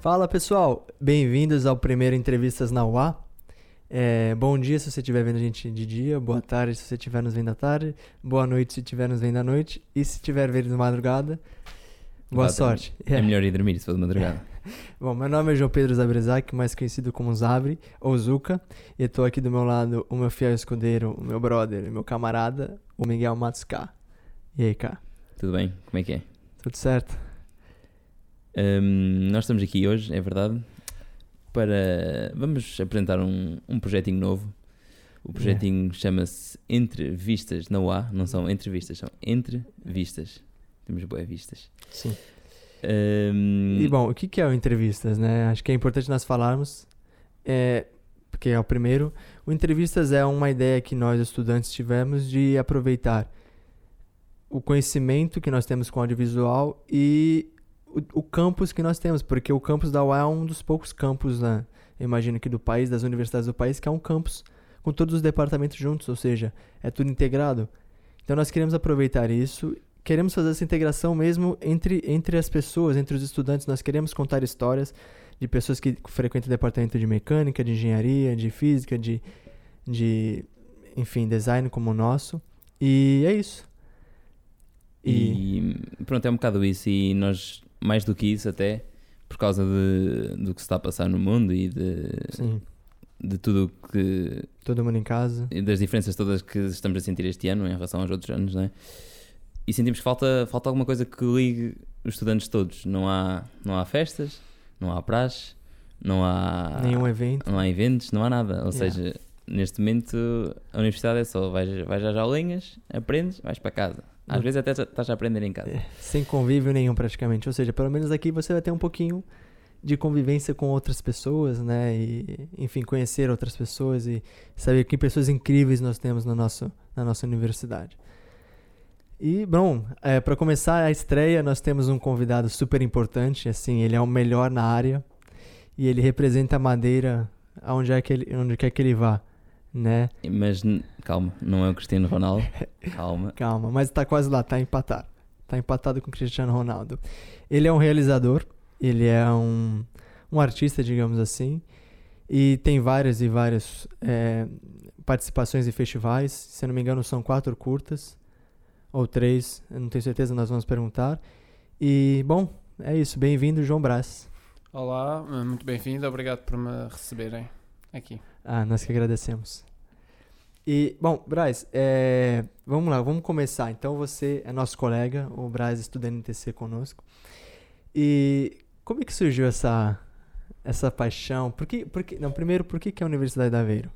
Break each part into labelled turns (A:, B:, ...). A: Fala pessoal, bem-vindos ao primeiro Entrevistas na UA. É, bom dia se você estiver vendo a gente de dia, boa tarde se você estiver nos vendo à tarde, boa noite se estiver nos vendo à noite e se estiver vendo de madrugada, boa
B: Vá
A: sorte.
B: dormir. É. melhor ir dormir se for de madrugada.
A: Bom, meu nome é João Pedro Zabrezac, mais conhecido como Zabre ou Zuka, e tô aqui do meu lado o meu fiel escudeiro, o meu brother, meu camarada, o Miguel Matos K. E aí, K?
B: Tudo bem? Como é que é?
A: Tudo certo?
B: Hum, nós estamos aqui hoje, é verdade, para. Vamos apresentar um, um projetinho novo. O projetinho chama-se Entrevistas na UA. Não são entrevistas, são entrevistas. Temos boas vistas.
A: Sim.
B: Hum,
A: E bom, o que que é o entrevistas, né? Acho que é importante nós falarmos, é, porque é o primeiro. O entrevistas é uma ideia que nós estudantes tivemos de aproveitar o conhecimento que nós temos com audiovisual e o, o campus que nós temos, porque o campus da UA é um dos poucos campus, né? Eu imagino que do país, das universidades do país, que é um campus com todos os departamentos juntos, ou seja, é tudo integrado. Então nós queremos aproveitar isso queremos fazer essa integração mesmo entre, entre as pessoas, entre os estudantes. Nós queremos contar histórias de pessoas que frequentam o departamento de mecânica, de engenharia, de física, de, de enfim, design como o nosso. E é isso. E,
B: E pronto, é um bocado isso. E nós, mais do que isso, até por causa de, do que se está a passar no mundo e de,
A: sim,
B: de tudo o que
A: todo mundo em casa.
B: e das diferenças todas que estamos a sentir este ano em relação aos outros anos, não é? E sentimos que falta, falta alguma coisa que ligue os estudantes todos. Não há, não há festas, não há praxe, não há,
A: Nenhum evento.
B: não há eventos, não há nada. Ou
A: Yeah.
B: seja, neste momento a universidade é só vais, vais às aulinhas, aprendes, vais para casa. Às
A: Não-
B: vezes até já estás a aprender em casa.
A: É, sem convívio nenhum praticamente. Ou seja, pelo menos aqui você vai ter um pouquinho de convivência com outras pessoas, né? E, enfim, conhecer outras pessoas e saber que pessoas incríveis nós temos na nossa, na nossa universidade. E, bom, é, para começar a estreia, nós temos um convidado super importante, assim, ele é o melhor na área e ele representa a Madeira aonde é que ele, onde quer que ele vá, né?
B: Mas n- calma, não é o Cristiano Ronaldo. Calma.
A: Calma, mas tá quase lá, tá empatado. Tá empatado com o Cristiano Ronaldo. Ele é um realizador, ele é um, um artista, digamos assim, e tem várias e várias é, participações em festivais. Se eu não me engano, são quatro curtas, ou três, eu não tenho certeza, nós vamos perguntar. E, bom, é isso. Bem-vindo, João Brás.
C: Olá, muito bem-vindo, obrigado por me receberem aqui.
A: Ah, nós que agradecemos. E, bom, Braz, é, vamos lá, vamos começar. Então, você é nosso colega, o Braz estuda NTC conosco. E como é que surgiu essa, essa paixão? Por que, por que, não, primeiro, por que, que é a Universidade da Aveiro?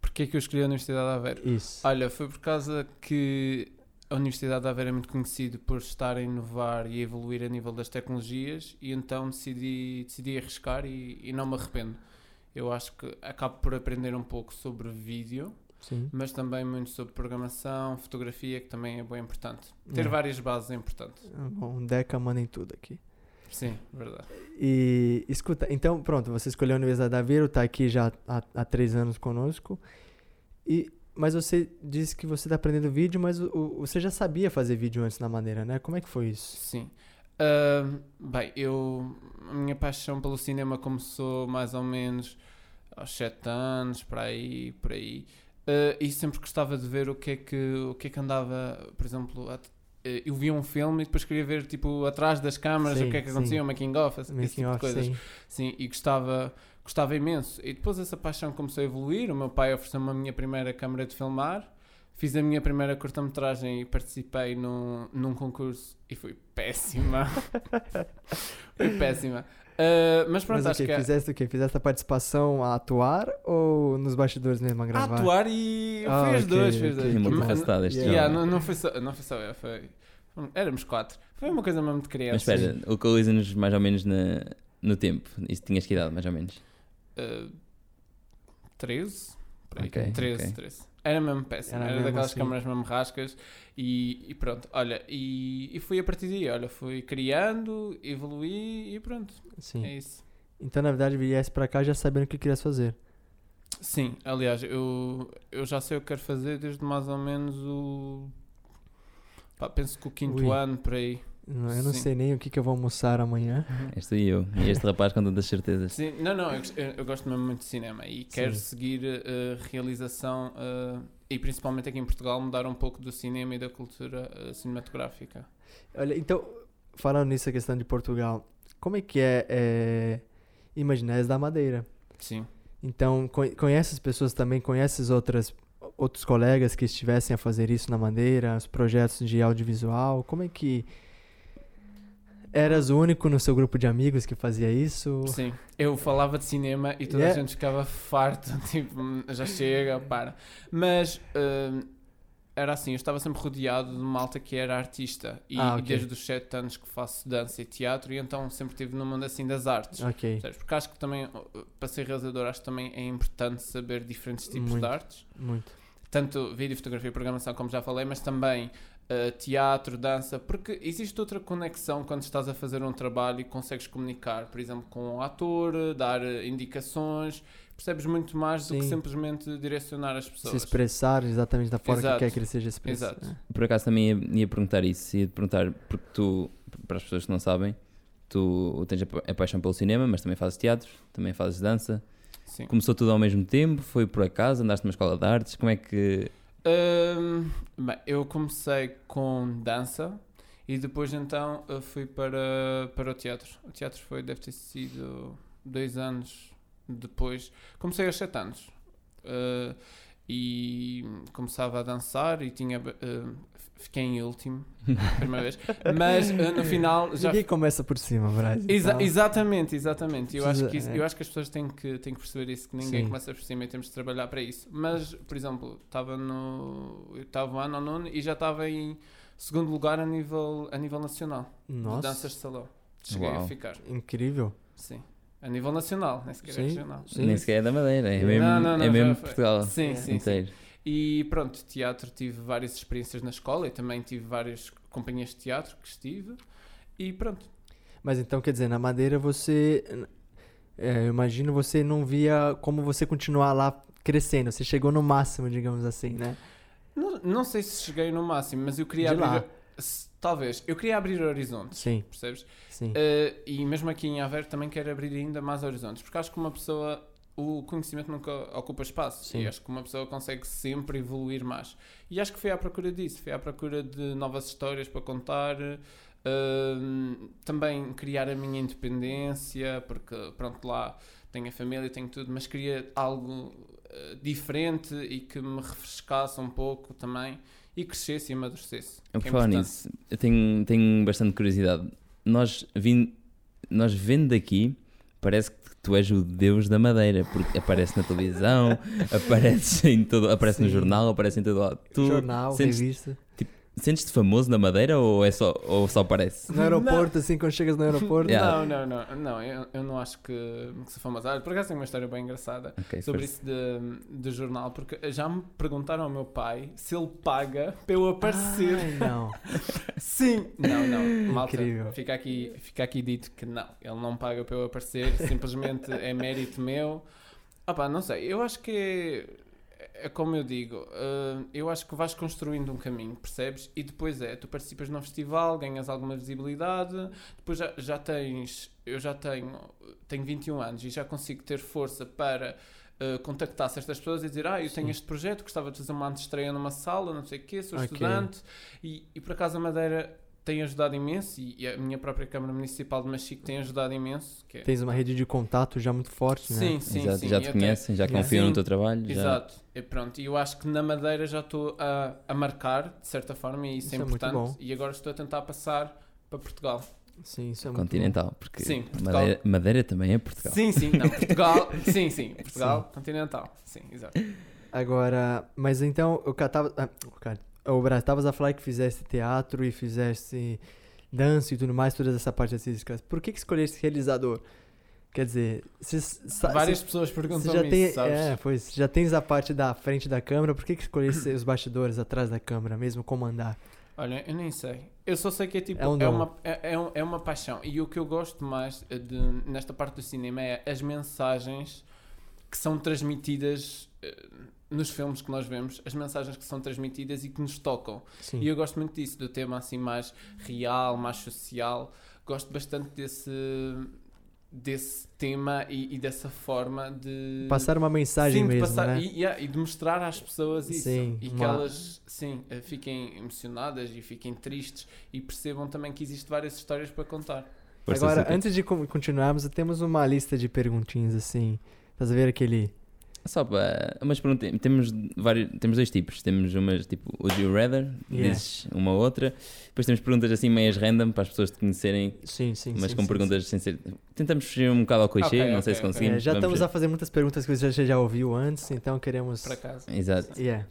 C: Porquê que eu escolhi a Universidade de Aveiro?
A: Isso.
C: Olha, foi por causa que a Universidade de Aveiro é muito conhecida por estar a inovar e a evoluir a nível das tecnologias e então decidi, decidi arriscar e, e não me arrependo. Eu acho que acabo por aprender um pouco sobre vídeo,
A: Sim.
C: mas também muito sobre programação, fotografia, que também é bem importante.
A: É.
C: Ter várias bases é importante.
A: Bom, Deca manda em tudo aqui.
C: Sim, verdade.
A: E escuta, então pronto, você escolheu a Universidade da Aveiro, tá aqui já há, há três anos conosco. E, mas você disse que você tá aprendendo vídeo, mas o- o- você já sabia fazer vídeo antes na maneira, né? Como é que foi isso?
C: Sim. Ah, bem, eu. A minha paixão pelo cinema começou mais ou menos aos 7 anos, por aí, por aí. Ah, e sempre gostava de ver o que é que, o que, é que andava, por exemplo, at- eh, eu via um filme e depois queria ver, tipo, atrás das câmaras
A: Sim,
C: o que é que
A: sim.
C: acontecia, o making of, esse, esse
A: Making
C: tipo de
A: off,
C: coisas.
A: sim.
C: Sim, e gostava, gostava imenso. E depois essa paixão começou a evoluir. O meu pai ofereceu-me a minha primeira câmara de filmar. Fiz a minha primeira curta-metragem e participei num, num concurso e fui péssima. fui péssima. Ah, mas pronto,
A: Mas o
C: acho
A: que?
C: que é-
A: Fizeste o quê? Fizeste a participação a atuar ou nos bastidores mesmo a
C: a
A: gravar?
C: atuar e
A: Ah,
C: fui as
A: ok,
C: duas, fui as
A: ok.
C: duas.
B: É uma
C: Mas-
B: capacidade este
C: Yeah,
B: jovem.
C: não, não foi só, não foi só eu, foi. Éramos quatro. Foi uma coisa mesmo de criança.
B: Mas espera, localiza-nos mais ou menos na- no tempo. Isso tinhas que idade, mais ou menos.
C: Uh, 13? Por aí.
B: Ok,
C: 13,
B: ok.
C: 13. Era mesmo péssimo,
A: Era
C: era,
A: mesmo
C: daquelas
A: assim.
C: câmaras mesmo rascas e, e pronto, olha, e, e fui a partir daí, olha, fui criando, evoluí e pronto,
A: Sim.
C: é isso.
A: Então, na verdade, viesse pra cá já sabendo o que querias fazer.
C: Sim, aliás, eu, eu já sei o que quero fazer desde mais ou menos o... pá, penso que o quinto
A: Ui.
C: ano, por aí.
A: Não- Eu não
C: Sim.
A: sei nem o que, que eu vou almoçar amanhã.
B: Este e eu. E este rapaz com tantas certezas.
C: Sim, não, não, eu, gos- eu- eu gosto mesmo muito de cinema e quero seguir a realização eh, e principalmente aqui em Portugal mudar um pouco do cinema e da cultura eh, cinematográfica.
A: Olha, então, falando nisso, a questão de Portugal, como é que é, é Imaginés da Madeira?
C: Sim.
A: Então, co- conhece as pessoas também, conheces outras, outros colegas que estivessem a fazer isso na Madeira, os projetos de audiovisual, como é que... Eras o único no seu grupo de amigos que fazia isso?
C: Sim, eu falava de cinema e toda
A: Yeah.
C: a gente ficava farto, tipo, "Hum, já chega, para. Mas hum, era assim, eu estava sempre rodeado de malta que era artista e,
A: Ah,
C: e
A: ok.
C: desde os 7 anos que faço dança e teatro e então sempre estive no mundo assim das artes.
A: Ok,
C: Percebes? Porque acho que também, uh, para ser realizador, acho que também é importante saber diferentes tipos
A: Muito.
C: de artes.
A: muito.
C: Tanto vídeo, fotografia e programação, como já falei, mas também uh, teatro, dança, porque existe outra conexão quando estás a fazer um trabalho e consegues comunicar, por exemplo, com o ator, uh, dar uh, indicações, percebes muito mais do que
A: Sim.
C: simplesmente direcionar as pessoas.
A: Se expressar exatamente da forma
C: Exato.
A: que quer que ele seja né? expressado.
C: Exato.
B: Por acaso também ia, ia perguntar isso. Ia te perguntar, porque tu, para as pessoas que não sabem, tu tens a, pa- a paixão pelo cinema, mas também fazes teatro, também fazes dança.
C: Sim.
B: Começou tudo ao mesmo tempo? Foi por acaso? Andaste numa escola de artes? Como é que.
C: Hum, bem, eu comecei com dança e depois então eu fui para, para o teatro. O teatro foi, deve ter sido dois anos depois. Comecei aos sete anos Uh, e começava a dançar e tinha. uh, fiquei em último, a primeira vez. Mas uh, no final já
A: Ninguém começa por cima, Braz.
C: Exa-
A: então-
C: exatamente, exatamente. Eu acho,
A: Precisa-
C: que isso-
A: é.
C: eu acho que as pessoas têm que, têm que perceber isso, que ninguém
A: Sim.
C: começa por cima e temos de trabalhar para isso. Mas, por exemplo, estava no oitavo ano ou nono e já estava em segundo lugar a nível, a nível nacional de
A: Nossa,
C: danças de salão. Cheguei
B: Uau.
C: a ficar,
A: incrível.
C: sim. A nível nacional, nem sequer é
A: Sim.
C: regional.
A: Sim.
B: Nem sequer é da Madeira, é mesmo,
C: Não, não, não,
B: é mesmo
C: já foi.
B: Portugal
C: Sim,
A: É.
C: sim, sim.
B: inteiro.
C: E pronto, teatro tive várias experiências na escola e também tive várias companhias de teatro que estive. E pronto,
A: Mas então, quer dizer, na Madeira você. é, eu imagino você não via como você continuar lá crescendo. Você chegou no máximo, digamos assim, né?
C: não, não sei se cheguei no máximo, mas eu queria
A: De lá.
C: abrir. se- Talvez, eu queria abrir horizontes.
A: Sim,
C: percebes?
A: sim.
C: Eh, e mesmo aqui em Aveiro também quero abrir ainda mais horizontes, porque acho que uma pessoa, o conhecimento nunca ocupa espaço,
A: Sim.
C: e acho que uma pessoa consegue sempre evoluir mais. E acho que foi à procura disso, foi à procura de novas histórias para contar, eh, também criar a minha independência, porque pronto, lá tenho a família, tenho tudo, mas queria algo eh, diferente e que me refrescasse um pouco também, e crescesse e amadurecesse.
B: Eu,
C: que
B: Por
C: é
B: falar
C: importante.
B: nisso, eu tenho, tenho bastante curiosidade. Nós, vin, nós vendo daqui, parece que tu és o deus da Madeira, porque aparece na televisão, aparece, em todo, aparece no
A: Sim.
B: jornal, aparece em todo lado. Tu
A: Jornal,
B: sentes-
A: revista.
B: sentes-te famoso na Madeira ou, é só, ou só aparece?
A: No aeroporto, assim, quando chegas no aeroporto.
B: Yeah.
C: Não, não, não, não, eu, eu não acho que, que se famosa. Ah, Por acaso tem uma história bem engraçada
B: Ok,
C: sobre
B: força.
C: isso de, de jornal, porque já me perguntaram ao meu pai se ele paga para eu aparecer.
A: Ai, não.
C: Sim! Não, não, malta,
A: Incrível.
C: Fica, aqui, fica aqui dito que não, ele não paga para eu aparecer, simplesmente é mérito meu. Ah pá, não sei, eu acho que é, é como eu digo, eh, eu acho que vais construindo um caminho, percebes? E depois é, tu participas num festival, ganhas alguma visibilidade, depois já, já tens, eu já tenho, tenho 21 anos e já consigo ter força para eh, contactar certas pessoas e dizer, ah, eu tenho
A: Sim.
C: este projeto, gostava de fazer uma estreia numa sala, não sei o quê, sou
A: Ok.
C: estudante, e, e por acaso a Madeira tem ajudado imenso, e e a minha própria Câmara Municipal de Machico tem ajudado imenso, que é...
A: Tens uma rede de contato já muito forte, né?
C: Sim, sim,
B: já,
C: sim.
B: já
C: e
B: te
C: até-
B: conhecem, já
A: Yeah.
B: confiam no
C: Sim.
B: teu trabalho. Já...
C: Exato, e pronto, e eu acho que na Madeira já estou a, a marcar, de certa forma, e isso,
A: Isso
C: é
A: é muito
C: importante,
A: bom.
C: e agora estou a tentar passar para Portugal.
A: Sim, isso é muito
B: Continental, porque
C: Sim, Portugal.
B: Madeira, Madeira também é Portugal.
C: Sim, sim, não, Portugal, sim, sim, Portugal continental, sim, exato.
A: bom. Agora, mas então, o Catava. Ah, o Cat- o Braz, estavas a falar que fizesse teatro e fizesse dança e tudo mais, todas essa parte artística. Por que, que escolheste realizador? Quer dizer, se, sa- se-
C: Várias pessoas
A: Você
C: perguntam
A: já,
C: isso,
A: tem,
C: sabes?
A: é, pois, você já tens a parte da frente da câmera, por que, que escolheste os bastidores atrás da câmera, mesmo comandar?
C: Olha, eu nem sei. Eu só sei que é tipo.
A: É
C: É,
A: um dom.
C: uma, é, é um- é uma paixão. E o que eu gosto mais eh, de- é nesta parte do cinema é as mensagens que são transmitidas eh, nos filmes que nós vemos, as mensagens que são transmitidas e que nos tocam.
A: Sim.
C: E eu gosto muito disso, do tema assim mais real, mais social. Gosto bastante desse, desse tema e, e dessa forma de
A: Passar uma mensagem
C: sim, de
A: mesmo,
C: passar-
A: né?
C: e, yeah, e de mostrar às pessoas isso.
A: Sim,
C: e que
A: uma-
C: elas, sim, eh, fiquem emocionadas e fiquem tristes e percebam também que existem várias histórias para contar.
B: Força,
A: Agora,
B: Zita.
A: antes de con- continuarmos, temos uma lista de perguntinhas assim. Estás a ver aquele.
B: É Só para. Mas pronto, tem- temos, vários, temos dois tipos. Temos umas tipo Would You Rather,
A: Yeah.
B: dizes uma ou outra. Depois temos perguntas assim meias random para as pessoas te conhecerem,
A: Sim, sim.
B: mas
A: sim,
B: com
A: sim,
B: perguntas sem ser. Tentamos fugir um bocado ao clichê,
C: Ok,
B: não sei se
C: ok, ok.
A: sim. É,
B: conseguimos.
A: já
B: vamos
A: estamos a fazer muitas perguntas que você já ouviu antes, então queremos.
C: Por acaso.
B: ver. Exato.
A: Yeah,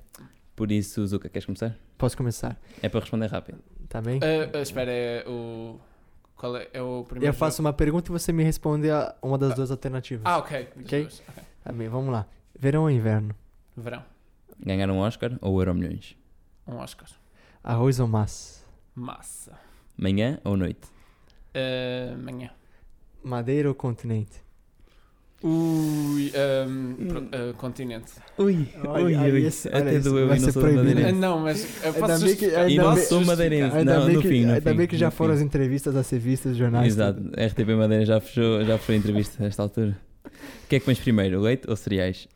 B: Por isso, Zuka, queres começar?
A: posso começar.
B: É para responder rápido.
A: Tá bem?
C: Ah, ah, espera, é o. Qual é, é o
A: Eu
C: primeiro?
A: faço uma pergunta e você me responde a uma das duas alternativas.
C: jogo? Ah, ok. das
A: Ok.
C: duas, ok.
A: Tá bem, vamos lá. Verão ou inverno?
C: Verão.
B: Ganhar um Oscar ou Euro Milhões?
C: Um Oscar.
A: Arroz ou massa?
C: Massa.
B: Manhã ou noite?
C: Ah, Amanhã.
A: Madeira ou continente?
C: Ui, ahm,
B: Hum.
C: pro- ah, continente.
B: Ui,
A: Olha, olha isso, olha
B: até
A: isso,
B: doeu
A: vai
B: e não
A: ser
B: sou
A: proibido.
B: madeirense.
C: Ah, Não, mas eu posso
A: bem que-
C: justificar.
A: ainda
B: E não
A: bem-
B: sou madeirense.
A: ainda
B: Não,
A: bem
B: no
A: que,
B: fim, no
A: ainda
B: fim,
A: bem que já
B: no
A: foram
B: fim.
A: as entrevistas às revistas, jornais.
B: Exato,
A: tudo.
B: a RTP Madeira já fechou, já fechou a entrevista a esta altura. O que é que comes primeiro, leite ou cereais?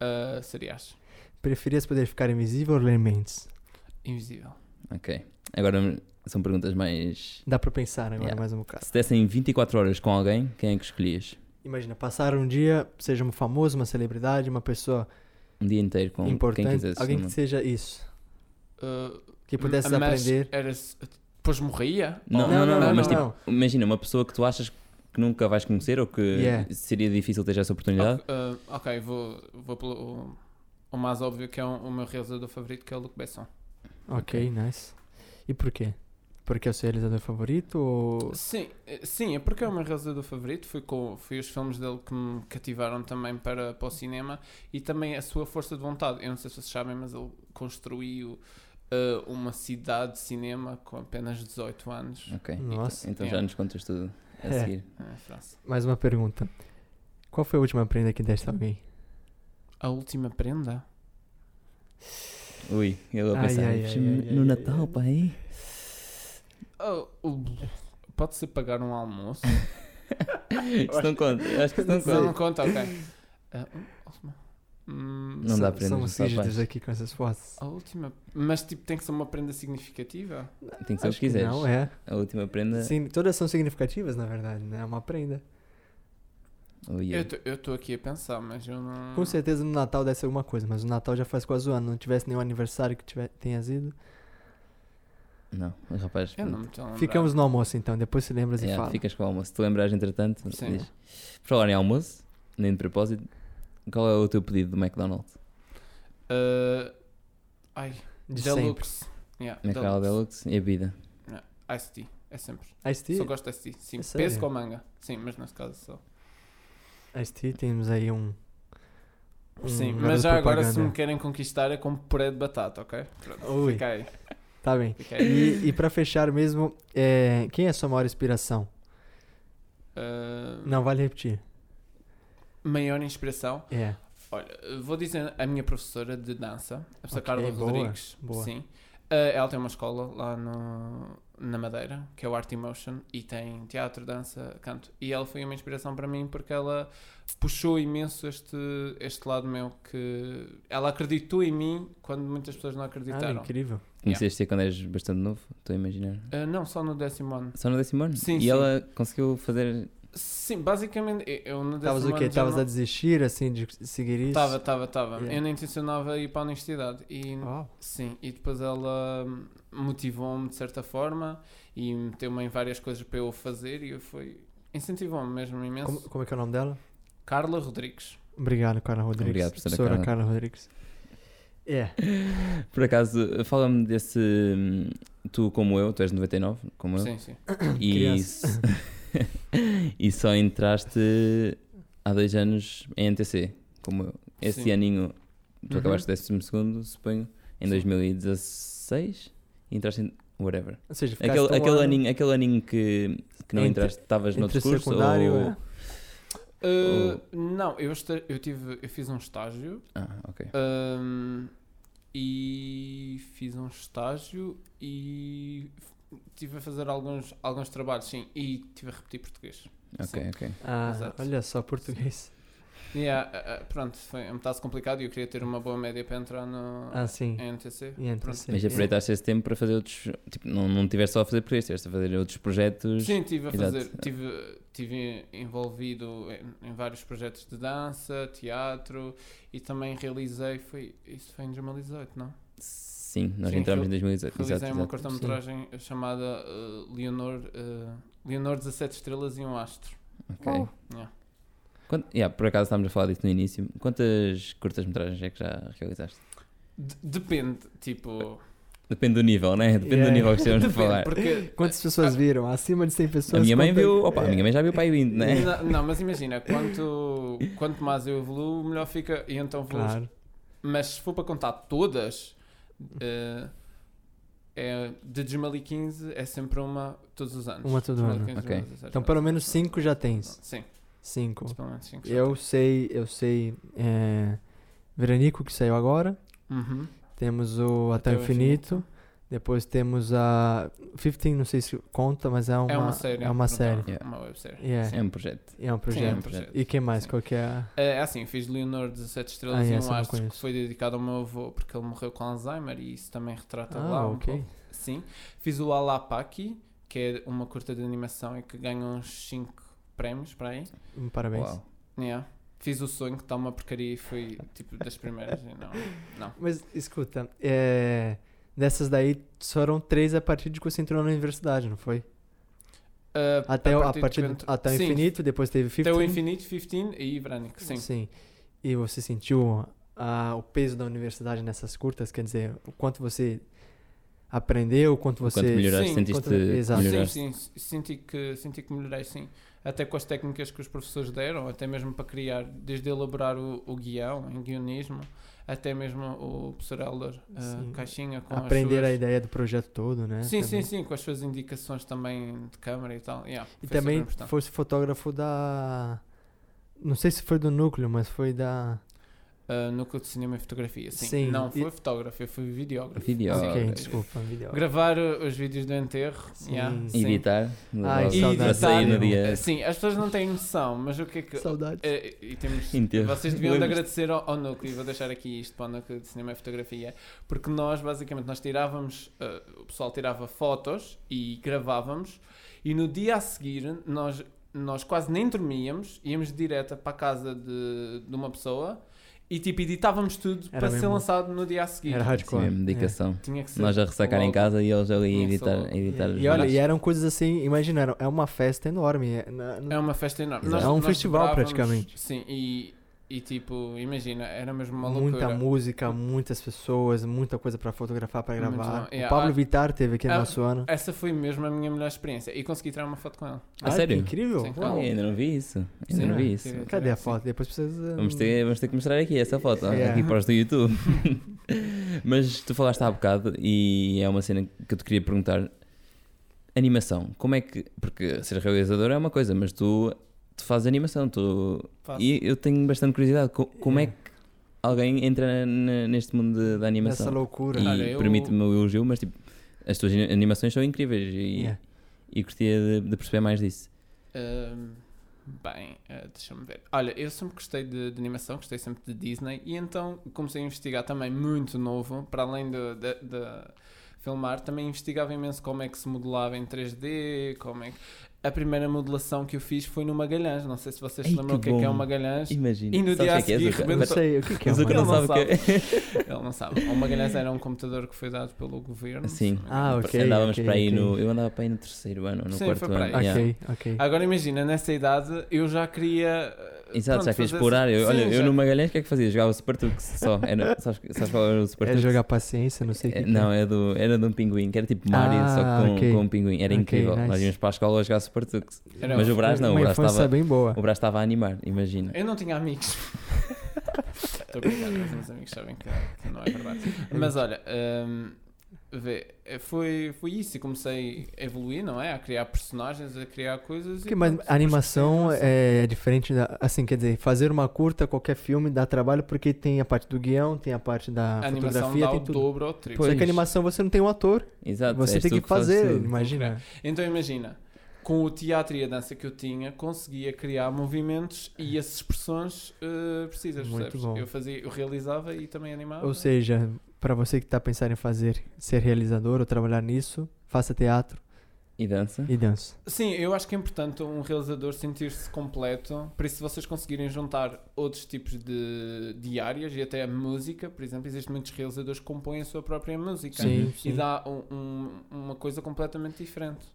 C: Ah, cereais.
A: Preferias poder ficar invisível ou ler mentes?
C: Invisível.
B: Ok, agora são perguntas mais.
A: Dá pra pensar agora
B: Yeah.
A: mais um bocado.
B: Se dessem 24 horas com alguém, quem é que escolhias?
A: Imagina, passar um dia, seja um famoso, uma celebridade, uma pessoa
B: Um dia inteiro com
A: importante,
B: quem quisesse.
A: alguém que
B: não-
A: seja isso,
C: Ah,
B: Hum,
A: que pudesse
C: mas
A: aprender.
C: Era, depois morria?
B: Não,
C: Ou-
B: não, não, mas
A: não.
B: tipo, imagina uma pessoa que tu achas que nunca vais conhecer ou que
A: Yeah.
B: seria difícil ter essa oportunidade.
C: Ok, ah, ok, vou, vou pelo o, o mais óbvio que é um- o meu realizador favorito, que é o Luke Besson.
A: Ok, nice. E por quê? Porque é o seu realizador favorito ou...
C: Sim, eh, sim, é porque é o meu realizador favorito. Foi, com, foi os filmes dele que me cativaram também para, para o cinema e também a sua força de vontade. Eu não sei se vocês sabem, mas ele construiu eh, uma cidade de cinema com apenas 18 anos
B: Ok,
A: Nossa.
B: então já
C: Yeah.
B: nos contas tudo a
A: Hum. É.
B: seguir.
C: na França.
A: Mais uma pergunta. Qual foi a última prenda que deste a alguém?
C: A última prenda?
B: Ui, eu a
A: Ai,
B: pensar
A: ai, ai, ai,
B: no
A: ai,
B: Natal,
A: ai.
B: pai.
C: Oh, o- Pode-se pagar um almoço?
B: Isso não conta, eu acho que isso não
C: Não, não
B: conta.
C: conta, ok. Ah, hum,
B: Não
A: So-
B: dá prendas,
A: Somos
B: só
A: rígidos
B: faz.
A: aqui com essas fotos.
C: A última. Mas tipo, tem que ser uma prenda significativa?
B: Tem que ser o
A: Acho
B: que quiseres. né?
A: não, é.
B: A última prenda.
A: Sim, todas são significativas, na verdade, né? É uma prenda.
B: Ui, eu-
C: Eu estou aqui a pensar, mas eu não.
B: Ah.
A: Com certeza no Natal deve ser alguma coisa, mas o Natal já faz quase um ano. Não tivesse nenhum aniversário que tiver, tenha sido.
B: Não, mas rapaz,
C: Eu não
B: pronto.
C: me estou a lembrar.
A: Ficamos no almoço então, depois se lembras e
B: Yeah,
A: fala.
B: ficas com o almoço. Se te lembrares, entretanto,
C: Sim.
B: diz. Por falar em almoço, nem de propósito, qual é o teu pedido do McDonald's?
C: Ah, ai,
A: De sempre.
C: Deluxe. Yeah,
B: McDonald's
C: Deluxe.
B: Deluxe e a bebida.
C: Iced tea, é sempre.
A: Ice-T?
C: Só gosto de iced tea. Sim,
A: É sério?
C: peso com manga. Sim, mas nesse caso só.
A: Ice-T, temos aí um... um
C: Sim,
A: garoto
C: mas já agora se me
A: propaganda.
C: querem conquistar é com puré de batata, ok? Pronto,
A: Ui.
C: fica aí.
A: Tá bem.
C: Fica aí.
A: E, e pra fechar mesmo, é, quem é a sua maior inspiração?
C: Ah,
A: Não vale repetir.
C: Maior inspiração.
A: É.
C: Olha, vou dizer a minha professora de dança, a professora
A: Ok,
C: Carla
A: boa,
C: Rodrigues.
A: boa.
C: Sim. Eh, ela tem uma escola lá no, na Madeira, que é o Art Emotion, e tem teatro, dança, canto. E ela foi uma inspiração para mim porque ela puxou imenso este, este lado meu que ela acreditou em mim quando muitas pessoas não
A: Ah,
C: acreditaram.
A: incrível.
B: Conheceste quando és bastante novo, estou a imaginar.
C: Eh, não, só no décimo ano.
B: Só no décimo ano?
C: Sim,
B: E
C: sim.
B: ela conseguiu fazer.
C: Sim, basicamente, eu- eu no décimo
A: Estavas o
C: ano.
A: quê?
C: já
A: Estavas
C: não-
A: a desistir, assim, de seguir isso?
C: Tava, assim, tava, tava.
A: Yeah.
C: Eu nem intencionava ir para a universidade. E
A: Uau.
C: Sim, e depois ela hum, motivou-me de certa forma e meteu-me em várias coisas para eu fazer e eu fui. incentivou-me mesmo imenso.
A: Como, como é que é o nome dela?
C: Carla Rodrigues.
A: Obrigado, Carla Rodrigues.
B: Obrigado, professora
A: professora
B: Carla.
A: Carla. Rodrigues. É.
B: Por acaso, fala-me desse. hum, Tu, como eu, tu és de 99,
A: é?
B: como eu.
C: Sim, sim.
A: Ah.
C: Ah,
B: E,
A: Criança.
B: e só entraste há dois anos em NTC, como eu. Esse
C: Sim.
B: aninho, tu
A: Uhum.
B: acabaste décimo segundo, suponho, em
C: Sim.
B: 2016 e entraste em. whatever.
A: Ou seja, ficaste
B: Aquele,
A: um
B: aquele,
A: ano
B: aninho, aquele aninho que, que não
A: Entre-
B: entraste, estavas no
A: entre
B: discurso
A: secundário
B: ou
A: é.
C: Uh, Não, eu, esta- eu, tive, eu fiz um estágio
B: Ah, ok.
C: um, e fiz um estágio e f- tive a fazer alguns, alguns trabalhos, sim, e tive a repetir português.
B: Ok, ok.
A: Ah,
C: Exato.
A: olha só, português.
C: Yeah, ah, ah, pronto, foi um bocado complicado e eu queria ter uma boa média para entrar no
A: Ah, sim.
C: em NTC.
A: E então,
C: É. Pronto.
A: sim.
B: Mas é aproveitaste esse tempo para fazer outros. Tipo, não, não tiveste só a fazer por isso, tiveste a fazer outros projetos.
C: Sim, estive a
B: Exato.
C: fazer, tive, tive envolvido em, em vários projetos de dança, teatro e também realizei, foi, isso foi em 2018, não?
B: Sim, nós
C: Sim,
B: entramos
C: real-
B: em 2018.
C: Realizei
B: Exato,
C: uma
B: exato.
C: cortometragem chamada eh, Leonor, eh, Leonor 17 Estrelas e um Astro.
B: Ok.
A: Oh.
C: Yeah.
B: Quant- yeah, por acaso estávamos a falar disso no início. Quantas curtas-metragens é que já realizaste?
C: De- depende, tipo...
B: Depende do nível, né? Depende
A: Yeah.
B: do nível que estejamos a
C: Depende,
B: falar.
C: porque... Ah,
A: Quantas pessoas viram? Acima de 100 pessoas.
B: A minha mãe
A: conta-
B: viu. Opa, a
A: É.
B: minha mãe já viu para aí 20, né?
C: Não, não, mas imagina, quanto, quanto mais eu evoluo, melhor fica. E então vou
A: Claro.
C: Mas se for para contar todas, eh, é, de 2015 é sempre uma todos os anos.
A: Uma todo ano.
C: 2015,
B: Ok.
C: 2016,
A: Então, pelo menos 5 já tens.
C: Sim,
A: 5.
C: pelo menos 5.
A: Eu sei, eu sei. É, Veranico, que saiu agora.
C: Uhum.
A: Temos o Até, o
C: Até o
A: Infinito. Depois temos a. 15, não sei se conta, mas é uma,
C: é uma série.
A: É uma
C: pronto,
A: série.
B: Yeah.
C: Uma websérie.
A: Yeah,
B: É um projeto.
A: É um
C: Sim, é
A: projeto.
C: um projeto.
A: E quem mais?
C: Sim.
A: Qual que é? a-
C: Eh, É assim, fiz Leonor 17 Estrelas
A: Ah,
C: e
A: essa eu
C: um
A: não
C: Astro que
A: conheço.
C: foi dedicado ao meu avô porque ele morreu com Alzheimer e isso também retrata
A: Ah,
C: lá um
A: ok.
C: pouco. Sim. Fiz o Alapaki, que é uma curta de animação e que ganha uns 5 prémios para aí.
A: Hum, Parabéns.
B: Uau.
C: Yeah. Fiz o sonho que está uma porcaria e foi tipo das primeiras. e não, não.
A: Mas escuta, é, dessas daí foram três a partir de que você entrou na universidade, não foi?
C: Ah,
A: Até, o- a partir
C: de
A: do-
C: quando-
A: até o
C: Sim,
A: infinito, depois teve 15.
C: Até o Infinito, 15 e Ibranic, sim.
A: E você sentiu ah, o peso da universidade nessas curtas? Quer dizer, o quanto você aprendeu, o quanto você.
B: Quanto melhoraste,
C: Sim,
B: sentiste
A: quanto- exato.
B: que melhoraste?
C: Sim, sim, senti que, senti que melhorei, sim. Até com as técnicas que os professores deram, até mesmo para criar, desde elaborar o, o guião, em guionismo, até mesmo o professor Elder, ah,
A: Sim.
C: Caixinha, com
A: Aprender
C: as
A: a
C: suas...
A: ideia do projeto todo, né?
C: Sim, sim,
A: também.
C: sim, com as suas indicações também de câmara e tal. Yeah,
A: E
C: foi super
A: também
C: importante.
A: fosse fotógrafo da. Não sei se foi do núcleo, mas foi da.
C: Ah, núcleo de cinema e fotografia, sim.
A: Sim,
C: Não
A: e-
C: foi fotógrafo, eu fui videógrafo.
B: Vídeo.
A: ok,
B: ok.
A: desculpa. Video...
C: Gravar uh, os vídeos do enterro.
A: Sim.
C: yeah,
A: Sim.
B: Editar.
A: Ai,
B: logo,
A: saudades.
B: para sair no dia.
C: Eh, Sim, as pessoas não têm noção, mas o que é que.
A: Saudades.
C: Eh, e temos,
B: Enterro.
C: vocês deviam de
B: Lembras-te?
C: agradecer ao, ao núcleo, e vou deixar aqui isto para o núcleo de cinema e fotografia, porque nós basicamente nós tirávamos, eh, o pessoal tirava fotos e gravávamos, e no dia a seguir nós, nós quase nem dormíamos, íamos direto para a casa de, de uma pessoa e tipo editávamos tudo
A: Era
C: para
A: bem
C: ser
A: bom.
C: lançado no dia a seguir.
A: Era
B: Sim,
A: hardcore.
B: Assim, mesmo, dedicação.
C: Tinha que ser.
B: Nós a ressacar em
C: logo.
B: casa e eles ali a
C: Tinha que ser
B: editar,
C: logo.
B: a editar os
A: E olha,
B: vídeos.
A: e eram coisas assim, imagina, era- é uma festa enorme. é- na- na-
C: É uma festa enorme.
A: Exato.
C: Nós-
A: É um
C: nós
A: festival,
C: dobrávamos-
A: praticamente.
C: Sim, e, e tipo, imagina, era mesmo uma
A: muita
C: loucura.
A: música, muitas pessoas, muita coisa pra fotografar, pra
C: Muito
A: gravar.
C: bom. ah, É,
A: o Pablo
C: a-
A: Vittar teve aqui no
C: a-
A: nosso ano.
C: Essa foi mesmo a minha melhor experiência. E consegui tirar uma foto com ele.
B: Ah,
A: é que
B: sério?
A: incrível.
C: Sim,
A: Uau.
C: claro.
B: Ah, ainda não vi isso. Ainda
C: Sim,
B: não vi
C: é.
B: isso.
C: Sim.
A: Cadê a
C: Sim.
A: foto? Depois eh, precisa.
B: Vamos ter, vamos ter que mostrar aqui essa foto,
A: Yeah.
B: aqui para os do YouTube. Mas tu falaste há bocado e é uma cena que eu te queria perguntar. Animação, como é que. Porque ser realizador é uma coisa, mas tu, tu fazes animação, tu.
C: Faço.
B: E eu tenho bastante curiosidade, co- como é
A: Yeah.
B: que alguém entra na- neste mundo de- da
A: Nessa
B: animação?
A: loucura.
B: E
C: Olha, eu-
B: permite-me o elogio, mas tipo, as tuas ani- animações são incríveis e,
A: Yeah.
B: e gostaria de, de perceber mais disso.
C: Ahm, bem, ah, deixa-me ver. Olha, eu sempre gostei de, de animação, gostei sempre de Disney. E então comecei a investigar também muito novo, para além de, de- de filmar, também investigava imenso como é que se modelava em 3D, como é que... A primeira modelação que eu fiz foi no Magalhães. Não sei se vocês
B: Ei,
C: se lembram o
B: que
C: que é que é o
B: bom.
C: Magalhães.
B: Imagina.
C: E no dia a
B: sabes o que é que é,
C: seguir,
B: Zuka?
A: Eu não sei
C: rebenta-
A: o que, que é.
B: Mas eu
A: mano?
B: não
C: Ele
B: sabe o que é.
C: Ele não sabe. O Magalhães era um computador que foi dado pelo governo. se
B: Sim.
C: não me engano.
A: Ah, ok.
B: andávamos
A: ok,
B: para aí
A: ok.
B: no. Eu andava para aí no terceiro ano, no
C: Sim,
B: quarto
C: foi para
B: ano.
C: aí.
A: Ok,
B: yeah.
A: ok.
C: Agora imagina, nessa idade eu já queria. eh,
B: Exato,
C: pronto,
B: já queria
C: fazer-
B: explorar. Eu,
C: Sim,
B: olha, eu
C: já-
B: no Magalhães o que é que fazia? Jogava Super Tux só. Era, sabes, sabes qual era o Super
A: É
B: Tux?
A: jogar paciência, não sei o que.
B: É,
A: que é.
B: Não, era, do, era de um pinguim, que era tipo Mario, só
A: Ah,
B: que com,
A: ok.
B: com um pinguim. Era
A: Ok,
B: incrível. Nós
A: nice.
B: íamos para a escola jogar Super Tux.
C: Era-
B: Mas o é Brás não, o
A: Uma
B: Brás
A: infância
B: estava.
A: bem boa.
B: O Brás estava a animar, imagina.
C: Eu não tinha amigos. Estou a brincar, mas os meus amigos sabem que, que não é verdade. Mas olha, ehm, vê, é, foi, foi isso e comecei a evoluir, não é? A criar personagens, a criar coisas. e
A: Porque, mas
C: pronto,
A: a animação
C: depois criei
A: é diferente da. Assim, quer dizer, fazer uma curta, qualquer filme dá trabalho porque tem a parte do guião, tem a um parte da
C: a animação
A: fotografia,
C: dá o
A: tem tudo.
C: dobro ou o triplo.
A: Só
B: Pois.
A: que a animação você não tem um ator,
B: Exato. é
A: você
B: és
A: tem
B: tu
A: que
B: fazes
A: fazer,
B: tudo.
A: imagina.
C: Então imagina, com o teatro e a dança que eu tinha, conseguia criar movimentos e essas expressões eh, precisas,
A: Muito
C: percebes?
A: bom.
C: Eu fazia, eu realizava e também animava. é?
A: Ou seja, pra você que tá pensando em fazer, ser realizador ou trabalhar nisso, faça teatro
B: E dança.
A: e dança.
C: Sim, eu acho que é importante um realizador sentir-se completo, por isso se vocês conseguirem juntar outros tipos de, de áreas e até a música, por exemplo, existem muitos realizadores que compõem a sua própria música.
A: Sim,
C: E
A: sim.
C: dá um- um- uma coisa completamente diferente.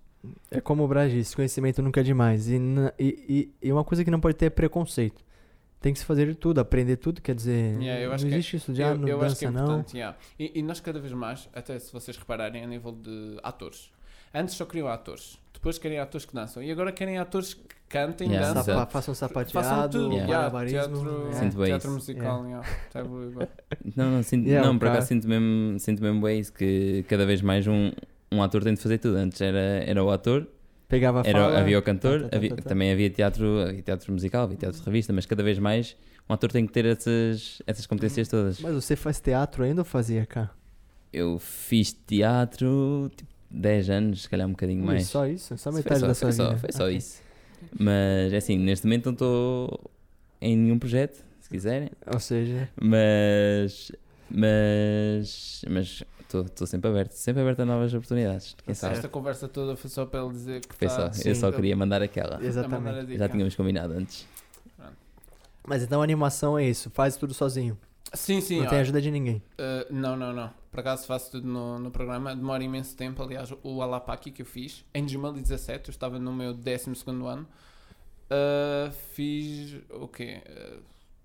A: É como o Braz disse, conhecimento nunca é demais. E, na- e, e, e uma coisa que não pode ter é preconceito. Tem que se fazer de tudo, aprender tudo, quer dizer,
C: Yeah, eu
A: não
C: acho que é-
A: existe isso de ah,
C: eu,
A: não
C: eu acho
A: dança
C: que é
A: não.
C: importante, yeah. e, e nós cada vez mais, até se vocês repararem a nível de atores, antes só queriam atores, depois querem atores que dançam, e agora querem atores que cantem,
B: Yeah.
C: dançam,
A: Sapa,
B: Exato.
A: faça um
C: façam
A: sapateado,
C: tudo.
A: um
B: Yeah.
C: Yeah,
A: malabarismo.
C: teatro,
A: é.
B: Sinto bem
C: teatro
B: isso.
C: musical, yeah. Tá bom, igual.
B: Não, não, sinto,
A: Yeah,
B: não por
A: cara.
B: acaso sinto mesmo, sinto mesmo bem isso, que cada vez mais um, um ator tem de fazer tudo. Antes era, era o ator,
A: Pegava a
B: era,
A: fala,
B: havia o cantor,
A: tá, tá, tá,
B: havia-
A: tá, tá.
B: também havia teatro, havia teatro musical, havia teatro de revista, mas cada vez mais um ator tem que ter essas, essas competências todas.
A: Mas você faz teatro ainda ou fazia cá?
B: Eu fiz teatro tipo 10 anos, se calhar um bocadinho
A: Ui,
B: mais.
A: Só isso? Só
B: Foi
A: metade
B: só-
A: da sua
B: foi só-
A: vida?
B: foi só
A: Ok.
B: isso. Mas é assim, neste momento não estou em nenhum projeto, se quiserem,
A: Ou seja,
B: mas. Mas. Mas estou sempre aberto, sempre aberto a novas oportunidades.
A: Tá
B: Quem sabe?
C: Esta conversa toda foi só para ele dizer que
B: Foi
C: tá,
B: só, eu
A: então.
B: só queria mandar aquela.
C: a mandar
A: exatamente.
C: a dica.
B: Já tínhamos combinado antes.
A: Mas então a animação é isso, faz tudo sozinho.
C: é. Sim, sim,
A: não
C: ó,
A: tem ajuda de ninguém.
C: eh, não, não, não. Por acaso faço tudo no, no programa, demora imenso tempo. Aliás, o Alapaki que eu fiz em 2017, eu estava no meu 12 ano, eh, fiz o quê?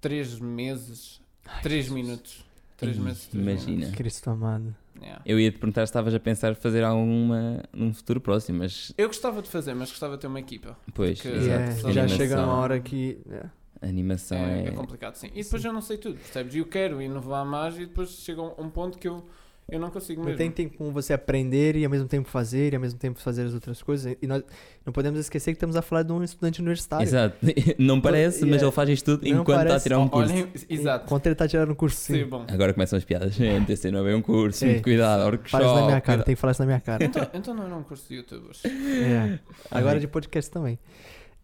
C: 3 meses, 3 minutos. 3
B: Ih,
C: meses, três
B: Imagina.
C: minutos.
A: Cristo amado.
C: Yeah.
B: Eu ia te perguntar se estavas a pensar fazer alguma num futuro próximo, mas
C: Eu gostava de fazer, mas gostava de ter uma equipa.
B: depois,
C: Porque-
A: E é,
B: exato.
C: só
A: já
B: animação-
A: chega uma hora que. é.
B: Animação
C: é,
B: é.
C: é complicado, sim. E depois eu não sei tudo, percebes? E eu quero inovar mais e depois chega um, um ponto que eu, eu não consigo
A: Não
C: mesmo.
A: tem tempo como você aprender e ao mesmo tempo fazer e ao mesmo tempo fazer as outras coisas. E nós não podemos esquecer que estamos a falar de um estudante universitário.
B: Exato. Não parece, mas
A: Yeah.
B: ele faz isto tudo
A: Então, Não
B: enquanto está a
A: parece.
B: tirar um curso.
C: Olhem, exato.
A: Enquanto ele está tirando um curso, sim.
C: Sim, bom.
B: Agora começam as piadas. MTC não é bem um curso,
A: É.
B: muito cuidado,
A: Fala isso na minha
B: workshop.
A: cara,
B: cuidado.
A: tem que falar isso na minha cara.
C: Então, então não era um curso de youtubers.
A: É. Agora de podcast também.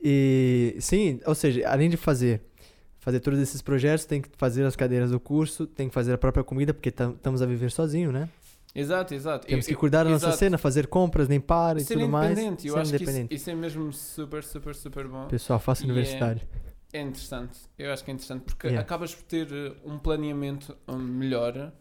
A: E sim, ou seja, além de fazer fazer todos esses projetos, tem que fazer as cadeiras do curso, tem que fazer a própria comida, porque tam- estamos a viver sozinho, né?
C: Exato, exato.
A: Temos
C: Eu-
A: que
C: eu-
A: cuidar da nossa
C: exato.
A: cena, fazer compras, nem para e
C: Ser
A: tudo mais.
C: independente, eu
A: Ser
C: acho
A: independente.
C: que isso, isso é mesmo super, super, super bom.
A: Pessoal, faça
C: E é-
A: universitário.
C: É interessante, eu acho que é interessante porque
A: Yeah.
C: acabas por ter eh, um planeamento eh, melhor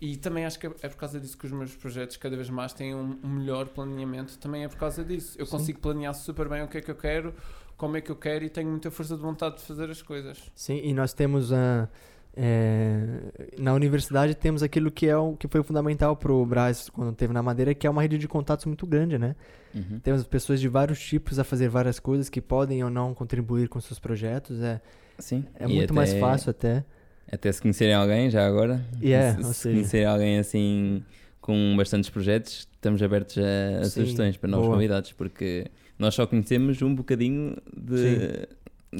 C: e também acho que é é por causa disso que os meus projetos cada vez mais têm um um melhor planeamento. Também é por causa disso. Eu
A: Sim.
C: consigo planear super bem o que é que eu quero, como é que eu quero e tenho muita força de vontade de fazer as coisas.
A: Sim, e nós temos a. é, na universidade temos aquilo que é o que foi fundamental pro Brás quando teve na Madeira, que é uma rede de contatos muito grande, né?
B: Uhum.
A: Temos pessoas de vários tipos a fazer várias coisas que podem ou não contribuir com seus projetos. É,
B: Sim.
A: é
B: E
A: muito mais
B: até-
A: fácil até.
B: Até se conhecerem alguém, já agora.
A: Yeah,
B: se
A: ou
B: se
A: seja-
B: conhecerem alguém assim com bastantes projetos, estamos abertos a, a
A: Sim,
B: sugestões para novos
A: boa.
B: convidados, porque nós só conhecemos um bocadinho de,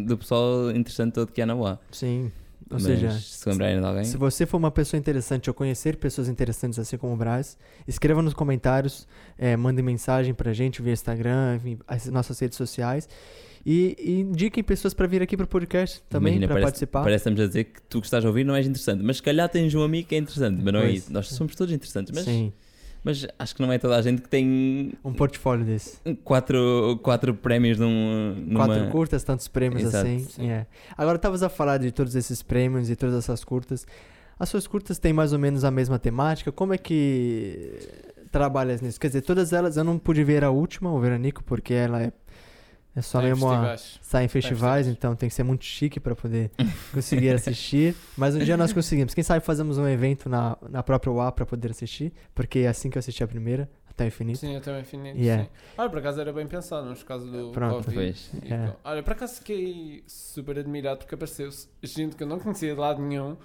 B: do pessoal interessante todo que há na UA.
A: Sim. Ou
B: Mas
A: seja,
B: se lembrarem de alguém,
A: se você for uma pessoa interessante ou conhecer pessoas interessantes assim como o Brás, escreva nos comentários, eh, mande mensagem pra gente via Instagram, enfim, as nossas redes sociais. E, e indiquem pessoas pra vir aqui pro podcast também,
B: imagina,
A: pra
B: parece,
A: participar.
B: Parece que estamos a dizer que tu que estás a ouvir não és interessante, mas se calhar tens um amigo que é interessante, mas não é
A: Pois.
B: isso. Nós somos todos interessantes, mas,
A: Sim,
B: mas acho que não é toda a gente que tem
A: um portfólio desse.
B: quatro, quatro prémios num, numa.
A: Quatro curtas, tantos prêmios
B: Exato.
A: assim.
C: Sim.
A: é. Agora, estavas a falar de todos esses prêmios e todas essas curtas. As suas curtas têm mais ou menos a mesma temática? Como é que trabalhas nisso? Quer dizer, todas elas eu não pude ver a última, o Veranico, porque ela é, é só
C: Tem
A: mesmo a,
C: Tá festivais.
A: sai em festivais,
C: festivais.
A: então tem que ser muito chique para poder conseguir assistir. Mas um dia nós conseguimos. Quem sabe fazemos um evento na, na própria UA para poder assistir, porque é assim que eu assisti a primeira, até o infinito.
C: Sim, eu também finito.
A: Yeah.
C: Sim. Olha, por acaso era bem pensado, mas por causa do
A: Pronto.
C: Covid.
B: Pois.
C: E, então,
A: É.
C: pô, Olha, por acaso fiquei super admirado porque apareceu gente que eu não conhecia de lado nenhum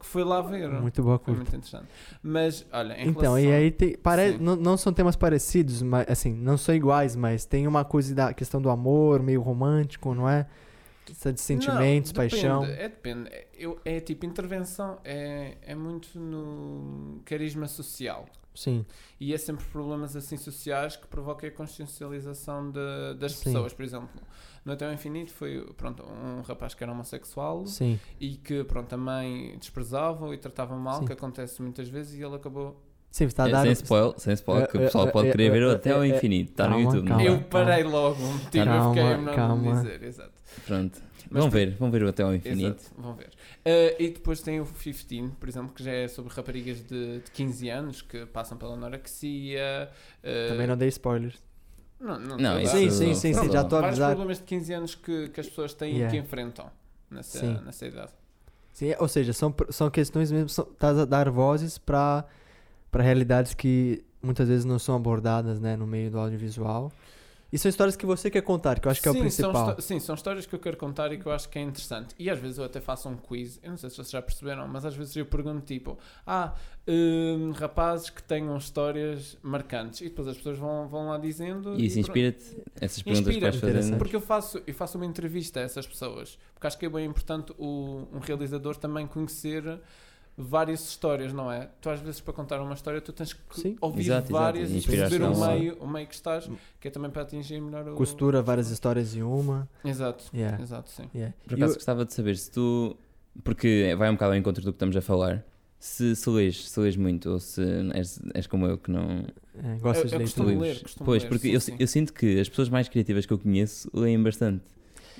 C: que foi lá ver.
A: Muito boa
C: Foi
A: curta.
C: muito interessante. Mas, olha, em
A: Então,
C: relação...
A: e aí tem, pare...
C: Sim.
A: não, não são temas parecidos, mas assim, não são iguais, mas tem uma coisa da questão do amor, meio romântico, não é? Essa de sentimentos,
C: Não, depende,
A: paixão.
C: É, depende. É- Eu, é tipo intervenção, é, é muito no carisma social.
A: Sim.
C: E é sempre problemas assim sociais que provocam a consciencialização de- das
A: Sim.
C: pessoas. Por exemplo, no Até ao Infinito foi pronto, um rapaz que era homossexual
A: Sim.
C: e que pronto, a mãe desprezava e tratava mal,
A: Sim.
C: que acontece muitas vezes, e ele acabou.
A: Sim, tá está a
B: É,
A: dar.
B: sem spoiler, sem spoiler, que o
A: É,
B: pessoal
A: é,
B: pode
A: é,
B: querer
A: é,
B: ver
A: é,
B: até ao
A: é, é.
B: infinito, está no
A: Calma,
B: YouTube.
A: calma.
B: não é?
C: eu parei logo, um tiro, eu
A: Calma,
C: fiquei não
A: calma.
C: dizer, exato.
B: Pronto,
C: Mas
B: vão ver, vão ver o até ao infinito.
C: Exato, vão ver. Ah, e depois tem o 15, por exemplo, que já é sobre raparigas de, de 15 anos que passam pela anorexia. ah,
A: Também não dei spoilers.
C: não, não,
B: Não,
C: sei
B: isso é
A: Sim, sim,
C: lá.
A: sim,
B: Pronto.
A: sim, já estou a
C: Vários
A: avisar.
C: problemas de 15 anos que, que as pessoas têm e
A: Yeah.
C: que enfrentam nessa,
A: Sim.
C: nessa idade.
A: Sim, ou seja, são, pr- são questões mesmo, são, tá a dar vozes para realidades que muitas vezes não são abordadas né, no meio do audiovisual. E são histórias que você quer contar, que eu acho que é o
C: Sim, são
A: principal.
C: histó- sim, são histórias que eu quero contar e que eu acho que é interessante. E às vezes eu até faço um quiz, eu não sei se vocês já perceberam, mas às vezes eu pergunto tipo, ah, hum, rapazes que tenham histórias marcantes. E depois as pessoas vão, vão lá dizendo.
B: E isso
C: pronto.
B: inspira-te? Essas perguntas que vais
C: Inspira-me,
B: fazendo?
A: interessante.
C: Porque eu faço, eu faço uma entrevista a essas pessoas, porque acho que é bem importante o, um realizador também conhecer várias histórias, não é? Tu às vezes para contar uma história tu tens que
A: Sim.
C: ouvir
B: Exato, exato,
C: várias
B: e
C: e perceber o
A: inspirar-se
C: meio, o meio que estás, que é também para atingir melhor o...
A: Costura várias histórias em uma.
C: Exato,
A: Yeah,
C: exato, sim.
A: yeah.
B: Por
A: E
B: acaso
A: o-
B: gostava de saber se tu. Porque vai um bocado ao encontro do que estamos a falar. Se, se lês, se lês muito, ou se és, és como eu que não
A: é, gostas de
C: Eu-
A: leitura.
C: eu costumo
B: livros.
C: ler, costumo
B: pois,
C: ler,
B: porque
C: sim,
B: eu,
C: sim.
B: eu sinto que as pessoas mais criativas que eu conheço leem bastante.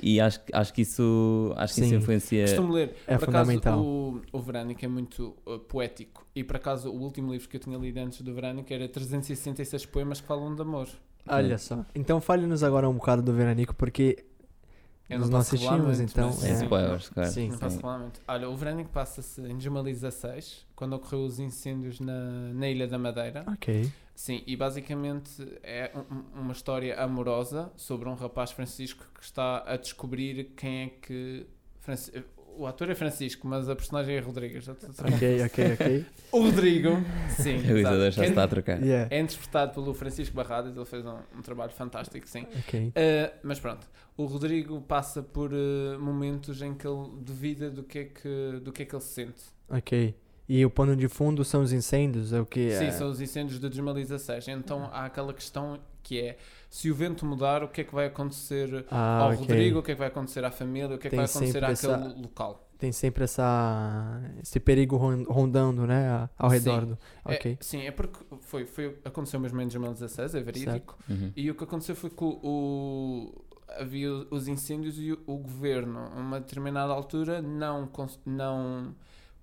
B: E acho, que- acho que isso acho que isso
A: Sim.
B: influencia.
C: Costumo ler.
A: É
C: por
A: fundamental.
C: acaso, o, o Verânica é muito uh, poético. E por acaso, o último livro que eu tinha lido antes do Verânica era 366 poemas que falam de amor.
A: Olha só. Então fale-nos agora um bocado do Veranico, porque
C: Eu
A: nós
C: não
A: não
C: posso revelar
A: assistimos,
C: muito,
A: então.
C: mas
B: É
A: é.
C: sim.
B: spoilers, claro.
A: Sim.
C: Não passa lá muito. Olha, o Verânico passa-se em 2016, quando ocorreu os incêndios na, na Ilha da Madeira.
A: Ok.
C: Sim, e basicamente é um- um- uma história amorosa sobre um rapaz Francisco que está a descobrir quem é que. Franci- O ator é Francisco, mas a personagem é Rodrigues. Já estou a trocar.
A: Ok, ok, ok.
C: O Rodrigo! Sim.
B: O realizador já
C: exato.
B: está a trocar.
A: Yeah.
C: É interpretado pelo Francisco Barradas, ele fez um- um trabalho fantástico, sim.
A: Ok.
C: Uh, mas pronto, o Rodrigo passa por uh, momentos em que ele duvida do que é que, do que, é que ele sente.
A: Ok. E o pano de fundo são os incêndios, é o que é. Uhum.
C: Sim, são os incêndios de 2016. Então há aquela questão que é: se o vento mudar, o que é que vai acontecer
A: ah,
C: ao
A: ok.
C: Rodrigo, o que é que vai acontecer à família, o que é que
A: Tem
C: vai acontecer
A: sempre essa-
C: àquele local?
A: Tem sempre essa esse perigo ron- rondando, né, a- ao
C: Sim.
A: redor do.
C: É-
A: Ok.
C: sim, é porque foi, foi, aconteceu mesmo em 2016, é verídico.
B: Uhum.
C: E o que aconteceu foi que o, o- havia os incêndios e o, o governo, a uma determinada altura, não, cons- não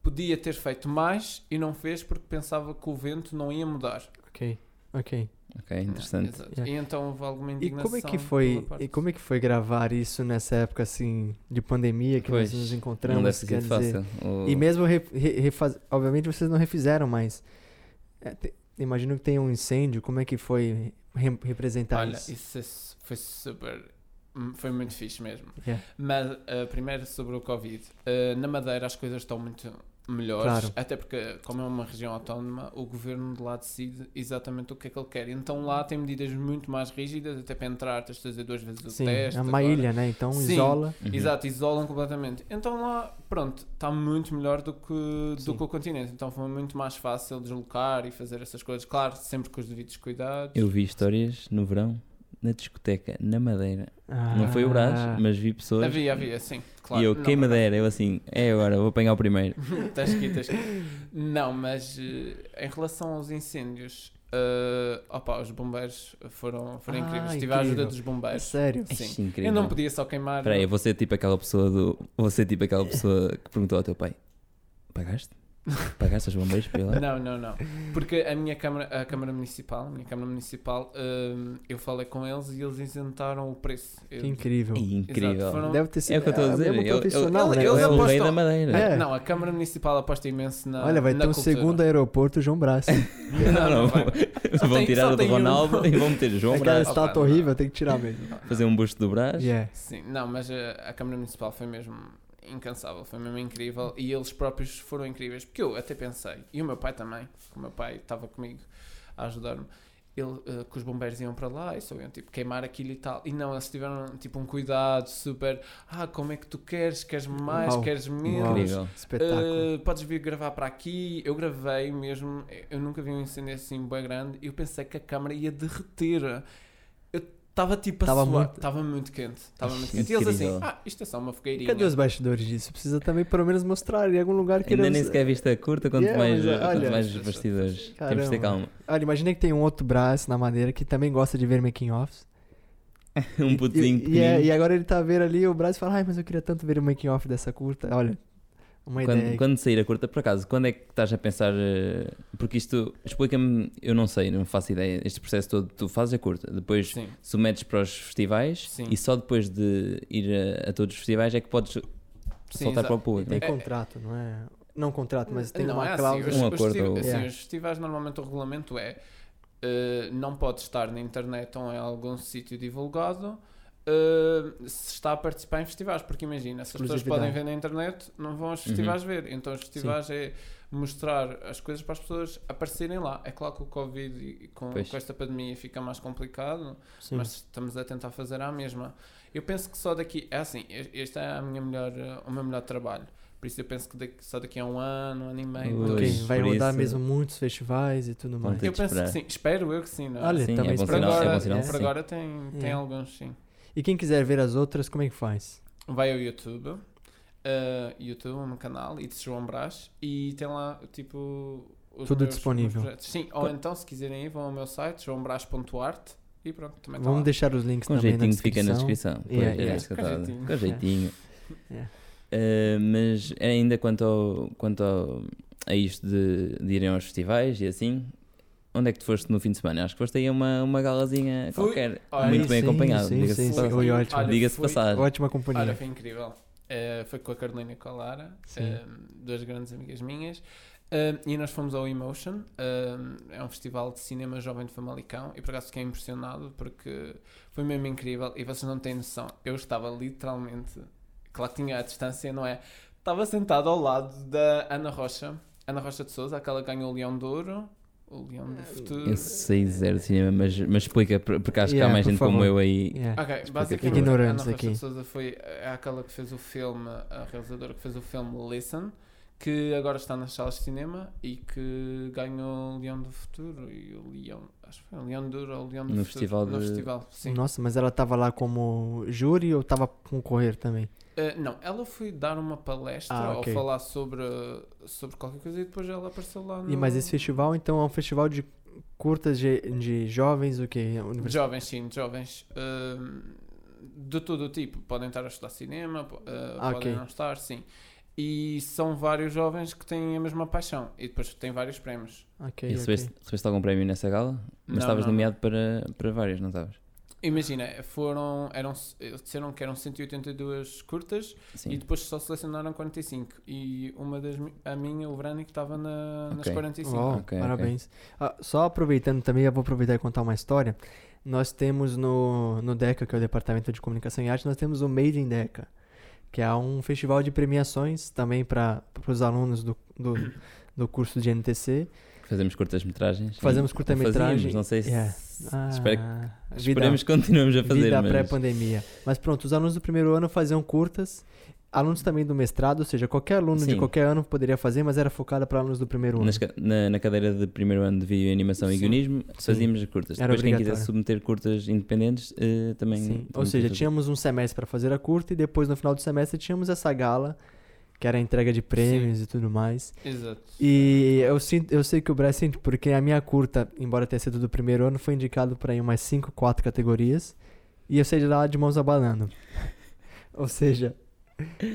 C: podia ter feito mais e não fez porque pensava que o vento não ia mudar.
A: Ok. Ok.
B: Ok, interessante.
C: Exato.
A: Yeah.
C: E então houve alguma
A: E
C: indignação.
A: como é que
C: pela
A: foi?
C: parte-
A: E como é que foi gravar isso nessa época assim de pandemia que
B: Pois,
A: nós nos encontramos?
B: Não deve ser
A: quer dizer,
B: fácil. O-
C: Tipo,
A: E mesmo re, re- refaz- obviamente vocês não refizeram, mas é, te- imagino que tenha um incêndio. Como é que foi re- representar
C: Olha,
A: isso?
C: isso é su- foi super. hum, Foi muito fixe mesmo.
A: Yeah.
C: Mas, ah, primeiro sobre o Covid. Ah, na Madeira as coisas estão muito melhores.
A: Claro.
C: Até porque, como é uma região autónoma, o governo de lá decide exatamente o que é que ele quer. Então lá tem medidas muito mais rígidas, até para entrar, tens de fazer duas vezes o
A: Sim,
C: teste.
A: é uma
C: agora.
A: ilha, né? Então
C: Sim.
A: isola.
B: Uhum.
C: Exato, isolam completamente. Então lá, pronto, está muito melhor do que, do
A: Sim.
C: que o continente. Então foi muito mais fácil deslocar e fazer essas coisas. Claro, sempre com os devidos cuidados.
B: Eu vi histórias no verão na discoteca, na Madeira. Não foi o
A: Ah.
B: Brás, mas vi pessoas.
C: Havia, havia, sim, claro.
B: e eu,
C: Não,
B: quem
C: não.
B: Madeira? Eu assim, é agora, vou apanhar o primeiro.
C: Tens que ir, tens que ir. tá Não, mas eh, em relação aos incêndios, eh, opa, os bombeiros foram, foram
A: Ah,
C: incríveis. Tive a
A: incrível.
C: ajuda dos
A: É
C: bombeiros.
A: sério.
C: Sim.
B: Acho incrível.
C: Eu não podia só queimar.
B: Espera aí, eu vou ser tipo aquela pessoa do. Vou ser tipo aquela pessoa que perguntou ao teu pai: Pagaste? Pagaste os bombeiros para ir lá?
C: Não, não, não. Porque a minha Câmara, a Câmara Municipal, a minha Câmara Municipal, eh, eu falei com eles e eles isentaram o preço.
A: Que
C: Eu- Então,
A: incrível.
B: É incrível.
C: Exato, foram-
A: Deve ter sido
B: É o que eu estou a dizer.
A: mesmo
B: ele- ele-
A: profissional,
C: ele-
A: né?
B: ele é
C: Eles
B: o rei
C: apostam-
B: da Madeira.
A: É.
C: Não, a Câmara Municipal aposta imenso na.
A: Olha, vai
C: na
A: ter um
C: cultura.
A: segundo aeroporto João Brás.
C: Não, não, vai. Só
B: Vão
C: tem-
B: tirar
C: só
B: o do
C: tem um.
B: Ronaldo e vão meter o João
A: Aquela
B: Brás,
C: Opa,
A: estátua
C: não.
A: horrível, tem que tirar mesmo.
B: fazer um busto do Brás.
A: Yeah.
C: Sim, não, mas eh, a, Câmara Municipal foi mesmo incansável, foi mesmo incrível. E eles próprios foram incríveis, porque eu até pensei, e o meu pai também, que o meu pai estava comigo a ajudar-me, ele, eh, que os bombeiros iam para lá e só iam tipo queimar aquilo e tal. E não, eles tiveram tipo um cuidado super. Ah, como é que tu queres? Queres mais?
A: Uau.
C: Queres menos?
B: Incrível.
A: Espetáculo.
C: Eh, podes vir gravar para aqui. Eu gravei mesmo. Eu nunca vi um incêndio assim bem grande. Eu pensei que a câmara ia derreter. Eu estava tipo a
A: Tava
C: suar.
A: muito-
C: Estava muito quente. Estava muito quente. E eles assim,
B: Incrível.
C: ah, isto é só uma fogueirinha.
A: Cadê os bastidores disso? Precisa também, pelo menos, mostrar em algum lugar que
B: Ainda
A: eles-
B: nem sequer viste a curta, quanto
A: Yeah,
B: mais,
A: mas,
B: quanto
A: olha,
B: mais os bastidores. Temos de ter
A: Caramba.
B: calma.
A: Olha, imagina que tem um outro braço na madeira que também gosta de ver making-offs.
B: um putinho
A: e, e, é- e agora ele tá vendo ali o braço e fala, ai, mas eu queria tanto ver o making-off dessa curta. Olha, uma ideia.
B: Quando,
A: aí.
B: quando sair a curta, por acaso, quando é que estás a pensar? eh, Porque isto, explica-me, eu não sei, não faço ideia. Este processo todo, tu fazes a curta, depois
C: Sim.
B: submetes para os festivais
C: Sim.
B: e só depois de ir a, a todos os festivais é que podes
C: Sim,
B: soltar
C: exato.
B: para o público.
A: Tem
B: não é?
C: é-
A: contrato, não é? Não contrato, mas tem
C: Não,
A: uma
C: é assim,
A: cláusula.
C: os-
B: Um
C: os
B: acordo
C: festi-
B: ou-
C: assim,
A: Yeah.
C: Os festivais normalmente o regulamento é eh, não pode estar na internet ou em algum sítio divulgado eh, se está a participar em festivais, porque imagina, se as pessoas
A: Exclusividade.
C: podem ver na internet, não vão aos
B: Uhum.
C: festivais ver. Então os festivais é mostrar as coisas para as pessoas aparecerem lá. É claro que o Covid e com,
B: Pois.
C: com esta pandemia fica mais complicado,
A: Sim.
C: mas estamos a tentar fazer a mesma. Eu penso que só daqui. É assim, e- este é a minha melhor, eh, o meu melhor trabalho. Por isso eu penso que daqui- só daqui a um ano, um ano e meio.
B: Ui,
C: dois.
A: Ok, vai
B: por
A: rodar
B: isso-
A: mesmo muitos festivais e tudo
B: Vão
A: mais.
B: ter
C: Eu
B: de
C: penso
B: esperar.
C: que sim. Espero eu que sim. Não? é?
A: Olha,
B: Sim,
A: também
B: é bom
A: espero
C: para
B: sinal,
A: que-
B: é
C: agora,
B: bom sinal,
A: é.
B: sim.
C: para agora tem, tem
A: É.
C: alguns, sim.
A: E quem quiser ver as outras, como é que faz?
C: Vai ao YouTube, eh, YouTube, um canal, It's João Brás, e tem lá, tipo... os
A: Tudo
C: meus-
A: disponível.
C: meus projetos. sim, ou então, se quiserem ir, vão ao meu site, joãobras.art, e pronto, também está
A: Vamos
C: lá.
A: deixar os links
B: Com
A: também
B: jeitinho
A: na
B: fica
A: descrição.
B: na descrição. Pois,
A: Yeah,
B: era
A: yeah.
B: isso que eu tava a dizer.
C: Com
B: Com jeitinho.
A: Yeah.
B: Eh, mas era ainda quanto, ao- quanto ao- a isto de, de irem aos festivais e assim, onde é que tu foste no fim de semana? Acho que foste aí a uma, uma galazinha
C: Fui.
B: qualquer,
C: Olha,
B: muito bem
A: sim,
B: acompanhado.
A: sim,
B: Diga-se
A: sim,
B: de
A: sim.
B: passagem.
A: Oi, ótimo.
C: Olha,
B: Diga-se de
C: fui-
B: passagem.
A: Ótima companhia.
C: Olha, foi incrível. Eh, foi com a Carolina e com a Lara,
A: Sim.
C: eh, duas grandes amigas minhas. Eh, e nós fomos ao Emotion, eh, é um festival de cinema jovem de Famalicão. E por acaso fiquei impressionado porque foi mesmo incrível. E vocês não têm noção, eu estava literalmente, claro que tinha a distância, não é? Estava sentado ao lado da Ana Rocha, Ana Rocha de Souza, aquela que ganhou o Leão de Ouro, o Leão de Futuro.
B: Eu sei zero de cinema, mas, mas explica, por- porque acho que há
A: Yeah,
B: mais
A: por
B: gente como
A: favor.
B: eu aí.
A: Yeah.
C: Ok,
B: aqui.
C: basicamente
A: Ignorantes
C: a Ana Rocha
A: aqui.
C: de Souza foi é aquela que fez o filme, a realizadora que fez o filme Listen, que agora está nas salas de cinema e que ganhou o Leão do Futuro e o Leão, acho que foi o Leão Duro ou o Leão do
B: No
C: Futuro.
B: festival
C: No
B: de-
C: festival, sim.
A: Nossa, mas ela tava lá como júri ou tava concorrer também?
C: Eh, não, ela foi dar uma palestra
A: Ah, ok.
C: ou falar sobre, sobre qualquer coisa e depois ela apareceu lá no...
A: E, mas esse festival, então, é um festival de curtas de, de jovens, o quê?
C: De
A: Univers...
C: Jovens, sim, de jovens. hum, de todo o tipo. Podem estar a estudar cinema, po- uh,
A: Ah,
C: podem
A: ok.
C: não estar, sim. E são vários jovens que têm a mesma paixão. E depois têm vários prémios.
A: Ok,
B: E
A: ok.
B: recebeste, recebeste algum prémio nessa gala? Mas
C: Não,
B: estavas
C: não,
B: nomeado para, para vários, não estavas?
C: Imagina, foram. Eram, eles disseram que eram 182 curtas e
B: Sim.
C: depois só selecionaram 45. E uma das. mi- A minha, o Verani, que estava na, nas
B: Ok.
C: 45.
A: Uau,
B: Ok, ok.
A: parabéns. Ah, só aproveitando também, eu vou aproveitar e contar uma história. Nós temos no, no DECA, que é o Departamento de Comunicação e Arte, nós temos o Made in DECA, que é um festival de premiações também para os alunos do, do, do curso de NTC.
B: Fazemos curtas-metragens.
A: Fazemos
B: Não
A: curta-metragem.
B: fazíamos, Não sei se.
A: Yeah.
B: espero que-
A: Ah, vida-
B: Esperemos que continuemos a fazer.
A: vida
B: mas-
A: pré-pandemia. Mas pronto, os alunos do primeiro ano faziam curtas, alunos também do mestrado, ou seja, qualquer aluno de
B: Sim.
A: qualquer ano poderia fazer, mas era focada para alunos do primeiro ano.
B: Nas ca- na, na cadeira de primeiro ano de vídeo, animação e
C: Sim.
B: guionismo, fazíamos curtas.
A: Era
B: Depois, quem
A: obrigatório.
B: quisesse submeter curtas independentes, eh, também.
A: Sim.
B: também
A: Ou seja,
B: podia
A: tínhamos um semestre para fazer a curta e depois no final do semestre tínhamos essa gala que era a entrega de prêmios e tudo mais.
C: Exato.
A: E eu sinto, eu sei que o Brás sente porque a minha curta, embora tenha sido do primeiro ano, foi indicado para umas 5, 4 categorias e eu saí de lá de mãos abanando. Ou seja,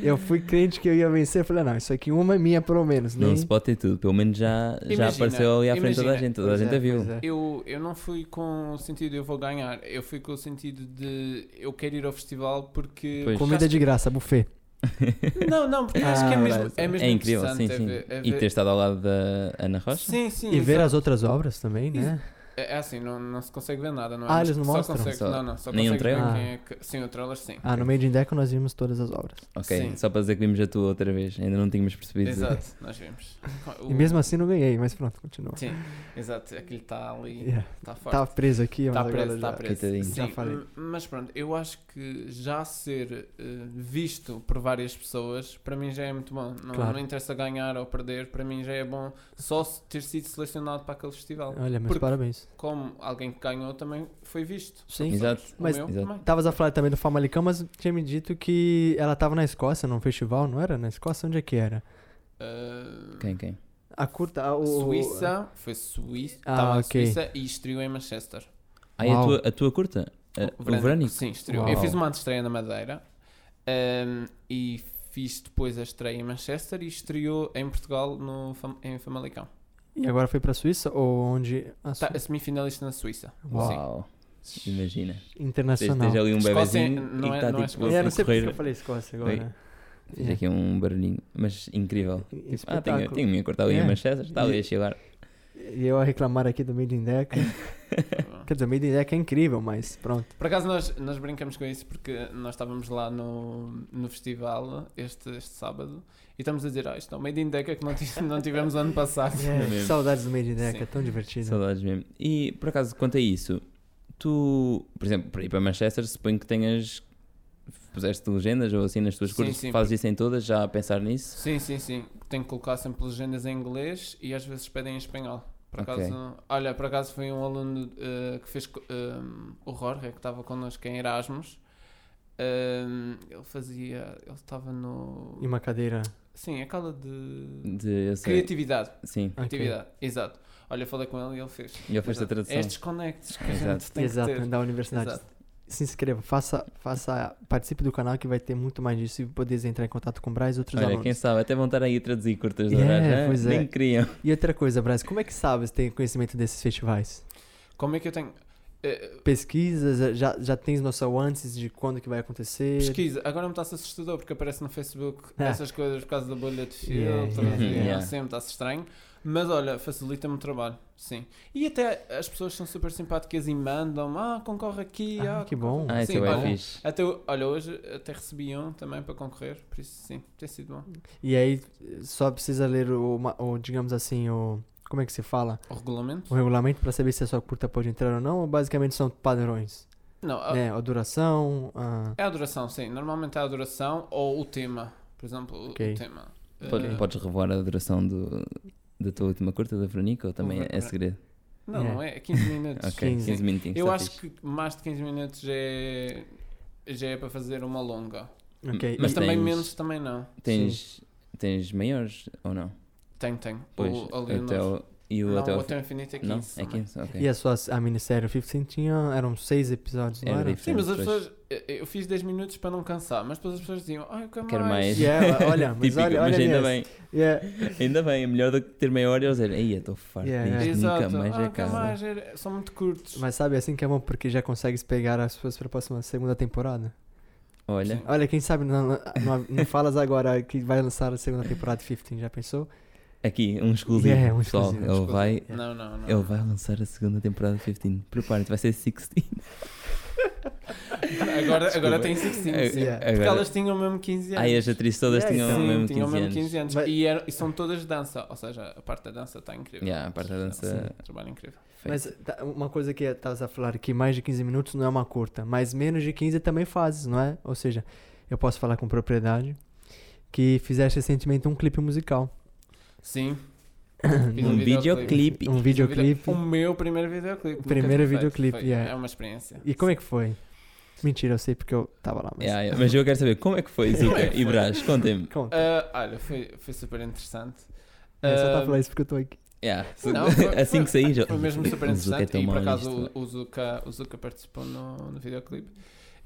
A: eu fui crente que eu ia vencer, eu falei, não, isso aqui uma é minha pelo menos,
B: Não
A: nem
B: se pode ter tudo, pelo menos já, já
C: Imagina,
B: apareceu ali à frente toda a
C: imagina.
B: gente, toda a
A: Pois
B: gente
A: é,
B: a viu.
A: pois é.
C: Eu, eu não fui com o sentido eu vou ganhar, eu fui com o sentido de eu quero ir ao festival porque.
B: Pois.
A: comida de graça, buffet.
C: Não, não, porque acho que é
A: Ah,
C: mesmo, é
A: é
C: mesmo
B: É incrível, sim,
C: interessante,
B: sim.
C: É ver, é
B: E
C: ver-
B: ter estado ao lado da Ana Rocha?
C: Sim, sim.
A: E ver
C: exato.
A: as outras obras também, né?
C: É, É, é assim, não, não se consegue ver nada, não é?
A: Ah,
C: Mas
A: eles não
C: só
A: mostram?
C: Consegue,
B: Só-
C: Não, não, só
B: nem um
C: consegue ver
A: trailer?
C: quem é que... Sim, o trailer sim.
A: Ah, no Made in Deco nós vimos todas as obras.
B: Ok,
C: Sim.
B: só para dizer que vimos a tua outra vez, ainda não tínhamos percebido.
C: Exato, nós vimos. O-
A: E mesmo assim não ganhei, mas pronto, continua.
C: Sim, exato, aquilo está ali,
A: Yeah.
C: está forte.
A: Tá preso aqui,
C: Está
A: mas
C: preso,
A: agora
B: tá
C: está
A: já...
C: preso.
B: Coitadinho.
C: Sim,
A: Já falei.
C: m- Mas pronto, eu acho que já ser eh, visto por várias pessoas, para mim já é muito bom. Não,
A: Claro.
C: não interessa ganhar ou perder, para mim já é bom só se ter sido selecionado para aquele festival.
A: Olha, mas
C: Porque-
A: parabéns.
C: Como alguém que ganhou também foi visto.
A: Sim.
B: Exato.
C: O
A: Mas-
C: meu
B: Exato.
C: também.
A: Estavas a falar também do Famalicão, mas tinha me dito que ela tava na Escócia, num festival, não era? Na Escócia, onde é que era?
C: Eh,
B: Quem, quem?
A: A curta... a- o-
C: Suíça, foi Suíça,
A: Ah,
C: estava na
A: ok.
C: Suíça e estreou em Manchester.
B: Ah, e a
A: Uau.
B: tua, a tua curta? A- Eh, o Verânico?
C: Sim, estreou.
A: Uau.
C: Eu fiz uma estreia na Madeira ehm, e fiz depois a estreia em Manchester e estreou em Portugal no, Fam- em Famalicão.
A: E agora foi pra Suíça ou onde... A
C: Tá,
A: Su-
C: a semifinalista na Suíça. Sim.
B: Uau, imagina. Tens,
A: Internacional.
B: tens ali um
C: Escócia
B: bebezinho
C: não
B: e
C: é-
B: está
C: não
B: tipo
C: é
A: É,
B: a
C: Escócia.
A: não sei porque que eu
B: correr.
A: falei Escócia agora. É,
B: Fiz
C: é
B: aqui um barulhinho, mas incrível.
A: Tipo,
B: Ah, tenho,
C: um-
B: tenho minha curta ali
A: É.
B: em Manchester, está ali
A: E-
B: a chegar.
A: E eu a reclamar aqui do Made in Deca. Quer dizer, Made in Deca é incrível, mas pronto.
C: Por acaso nós, nós brincamos com isso porque nós estávamos lá no, no festival este, este sábado e estamos a dizer, ah, isto é o Made in Deca que não, tive- não tivemos ano passado.
A: É,
B: mesmo.
A: saudades do Made in Deca,
C: Sim.
A: tão divertido.
B: Saudades mesmo. E por acaso, quanto a isso, tu, por exemplo, para ir para Manchester, suponho que tenhas. Puseste legendas ou assim nas tuas
C: Sim,
B: curtas,
C: sim.
B: fazes isso em todas, já a pensar nisso?
C: Sim, sim, sim. Tenho que colocar sempre legendas em inglês e às vezes pedem em espanhol. Por
B: Ok.
C: acaso, olha, por acaso foi um aluno eh, que fez co- ehm, o Rorre, que estava connosco em Erasmus. Ehm, ele fazia. Ele estava no.
A: E uma cadeira.
C: Sim, é aquela de.
B: De, eu sei.
C: Criatividade.
B: Sim,
A: Ok.
C: Criatividade, exato. Olha, eu falei com ele e ele fez.
B: e eu faço a
C: Exato.
B: tradução.
C: É estes conectos que a
B: Exato.
C: gente tem
A: Exato,
C: que ter.
A: da universidade.
C: Exato.
A: Se inscreva, faça, faça, participe do canal que vai ter muito mais disso e poderes entrar em contato com o Braz e outros
B: Olha,
A: alunos.
B: quem sabe, até vão estar aí a traduzir curtas de
A: Yeah,
B: horário, né?
A: pois é.
B: Nem queriam.
A: E outra coisa, Braz, como é que sabe se tem conhecimento desses festivais?
C: Como é que eu tenho. eh,
A: Pesquisas, já, já tens noção antes de quando que vai acontecer?
C: Pesquisa, agora me está-se assustador porque aparece no Facebook
A: Ah.
C: essas coisas por causa da bolha de é, filtros
A: Yeah,
B: yeah,
C: e
B: Uhum, yeah.
C: sempre está-se estranho. Mas olha, facilita-me o trabalho, sim. E até as pessoas são super simpáticas e mandam ah, concorre aqui,
A: Ah,
C: ah,
A: que bom.
B: Ah, isso
C: Sim,
B: é
C: olha.
B: bem fixe.
C: Até, o- olha, hoje até recebi um também para concorrer, por isso sim, tem sido bom.
A: E aí só precisa ler o, ma- o, digamos assim, o. Como é que se fala?
C: O regulamento?
A: O regulamento para saber se a sua curta pode entrar ou não, ou basicamente são padrões?
C: Não, a-
A: Né? A duração. A...
C: é a duração, sim. Normalmente é a duração ou o tema, por exemplo, o-
A: Ok.
C: o tema.
B: Pode-
C: Eh,
B: Podes revelar a duração do, da tua última curta da Veronica ou também
C: Uhum.
B: é segredo?
C: Não, não é, 15 minutos.
B: Ok,
A: 15.
B: 15 minutinhos.
C: Eu
B: tá
C: acho
B: fixe.
C: que mais de 15 minutos já é, já é para fazer uma longa.
A: Ok.
B: Mas
C: Mas também
B: tens-
C: menos também não.
B: Tens, tens maiores ou não?
C: Tenho, tenho.
B: Pois,
C: o Alien
B: até o, e o
C: não,
B: até
C: o
B: o
C: Hotel Infinito é 15.
B: Não? É
C: também.
B: 15? Ok.
A: E a sua a minissérie 15 tinha. Eram seis episódios, não
B: Era
A: era?
B: dif-
C: Sim, mas as
B: Pois.
C: pessoas. eu- Eu fiz 10 minutos para não cansar, mas depois as pessoas diziam, ai, eu quero,
B: Quero
C: mais.
B: mais.
A: E ela, olha, mas
B: Típico,
A: olha, olha
B: mas ainda
A: nessa.
B: bem,
A: Yeah.
B: ainda bem, é melhor do que ter meia hora e eles dizerem, ei, eu estou farto
A: Yeah,
B: disto,
C: Exato.
B: nunca mais é
C: ah, eu quero
B: acaba.
C: mais. era- São muito curtos.
A: Mas sabe, assim que é bom, porque já consegues pegar as pessoas para a próxima segunda temporada.
B: Olha,
C: Sim.
A: Olha, quem sabe não, não, não falas agora que vai lançar a segunda temporada de 15, já pensou?
B: aqui um exclusivo,
A: Yeah, um
B: pessoal,
A: exclusivo,
B: ele,
C: Desculpa.
B: Vai,
C: Não, não, não.
B: ele vai lançar a segunda temporada de 15, prepara-te, vai ser 16.
C: Agora,
B: Desculpa.
C: agora tem 16. Sim.
B: É,
A: Yeah.
B: agora-
C: Porque elas tinham mesmo 15 anos.
B: Ai, as atrizes todas
A: Yeah,
B: tinham
A: então.
B: o mesmo 15
C: tinham
B: anos.
C: mesmo 15 anos.
A: Mas-
C: E, eram- e são todas de dança. Ou seja, a parte da dança está incrível.
B: Yeah, a parte da dança-
C: Sim, Trabalho incrível.
A: Mas tá- uma coisa que estavas a falar, que mais de 15 minutos não é uma curta, mas menos de 15 também fazes, não é? Ou seja, eu posso falar com propriedade que fizeste recentemente um clipe musical.
C: Sim. Fiz
B: um
C: videoclipe.
B: videoclipe.
A: um
C: Fiz um
A: videoclipe.
C: O meu primeiro videoclipe. nunca
A: Primeiro
C: tinha feito.
A: videoclipe,
C: Foi-
A: yeah.
C: É uma experiência.
A: E como é que foi? Mentira, eu sei porque eu tava lá, mas...
B: Yeah, yeah, Mas eu quero saber como é que foi,
C: Como é
B: Zuka
C: que
B: e
C: foi?
B: Brás, contem-me.
A: Conta.
C: Ah, olha, foi, foi super interessante.
A: É, só tá
C: Ah,
A: falando isso porque eu tô aqui.
B: Yeah, se-
C: Não, foi-
B: assim que saí, já.
C: Foi mesmo super
B: O Zuka é
C: interessante.
B: tão
C: e por
B: mau
C: acaso
B: nisto.
C: o, o, Zuka, o Zuka participou no, no videoclipe.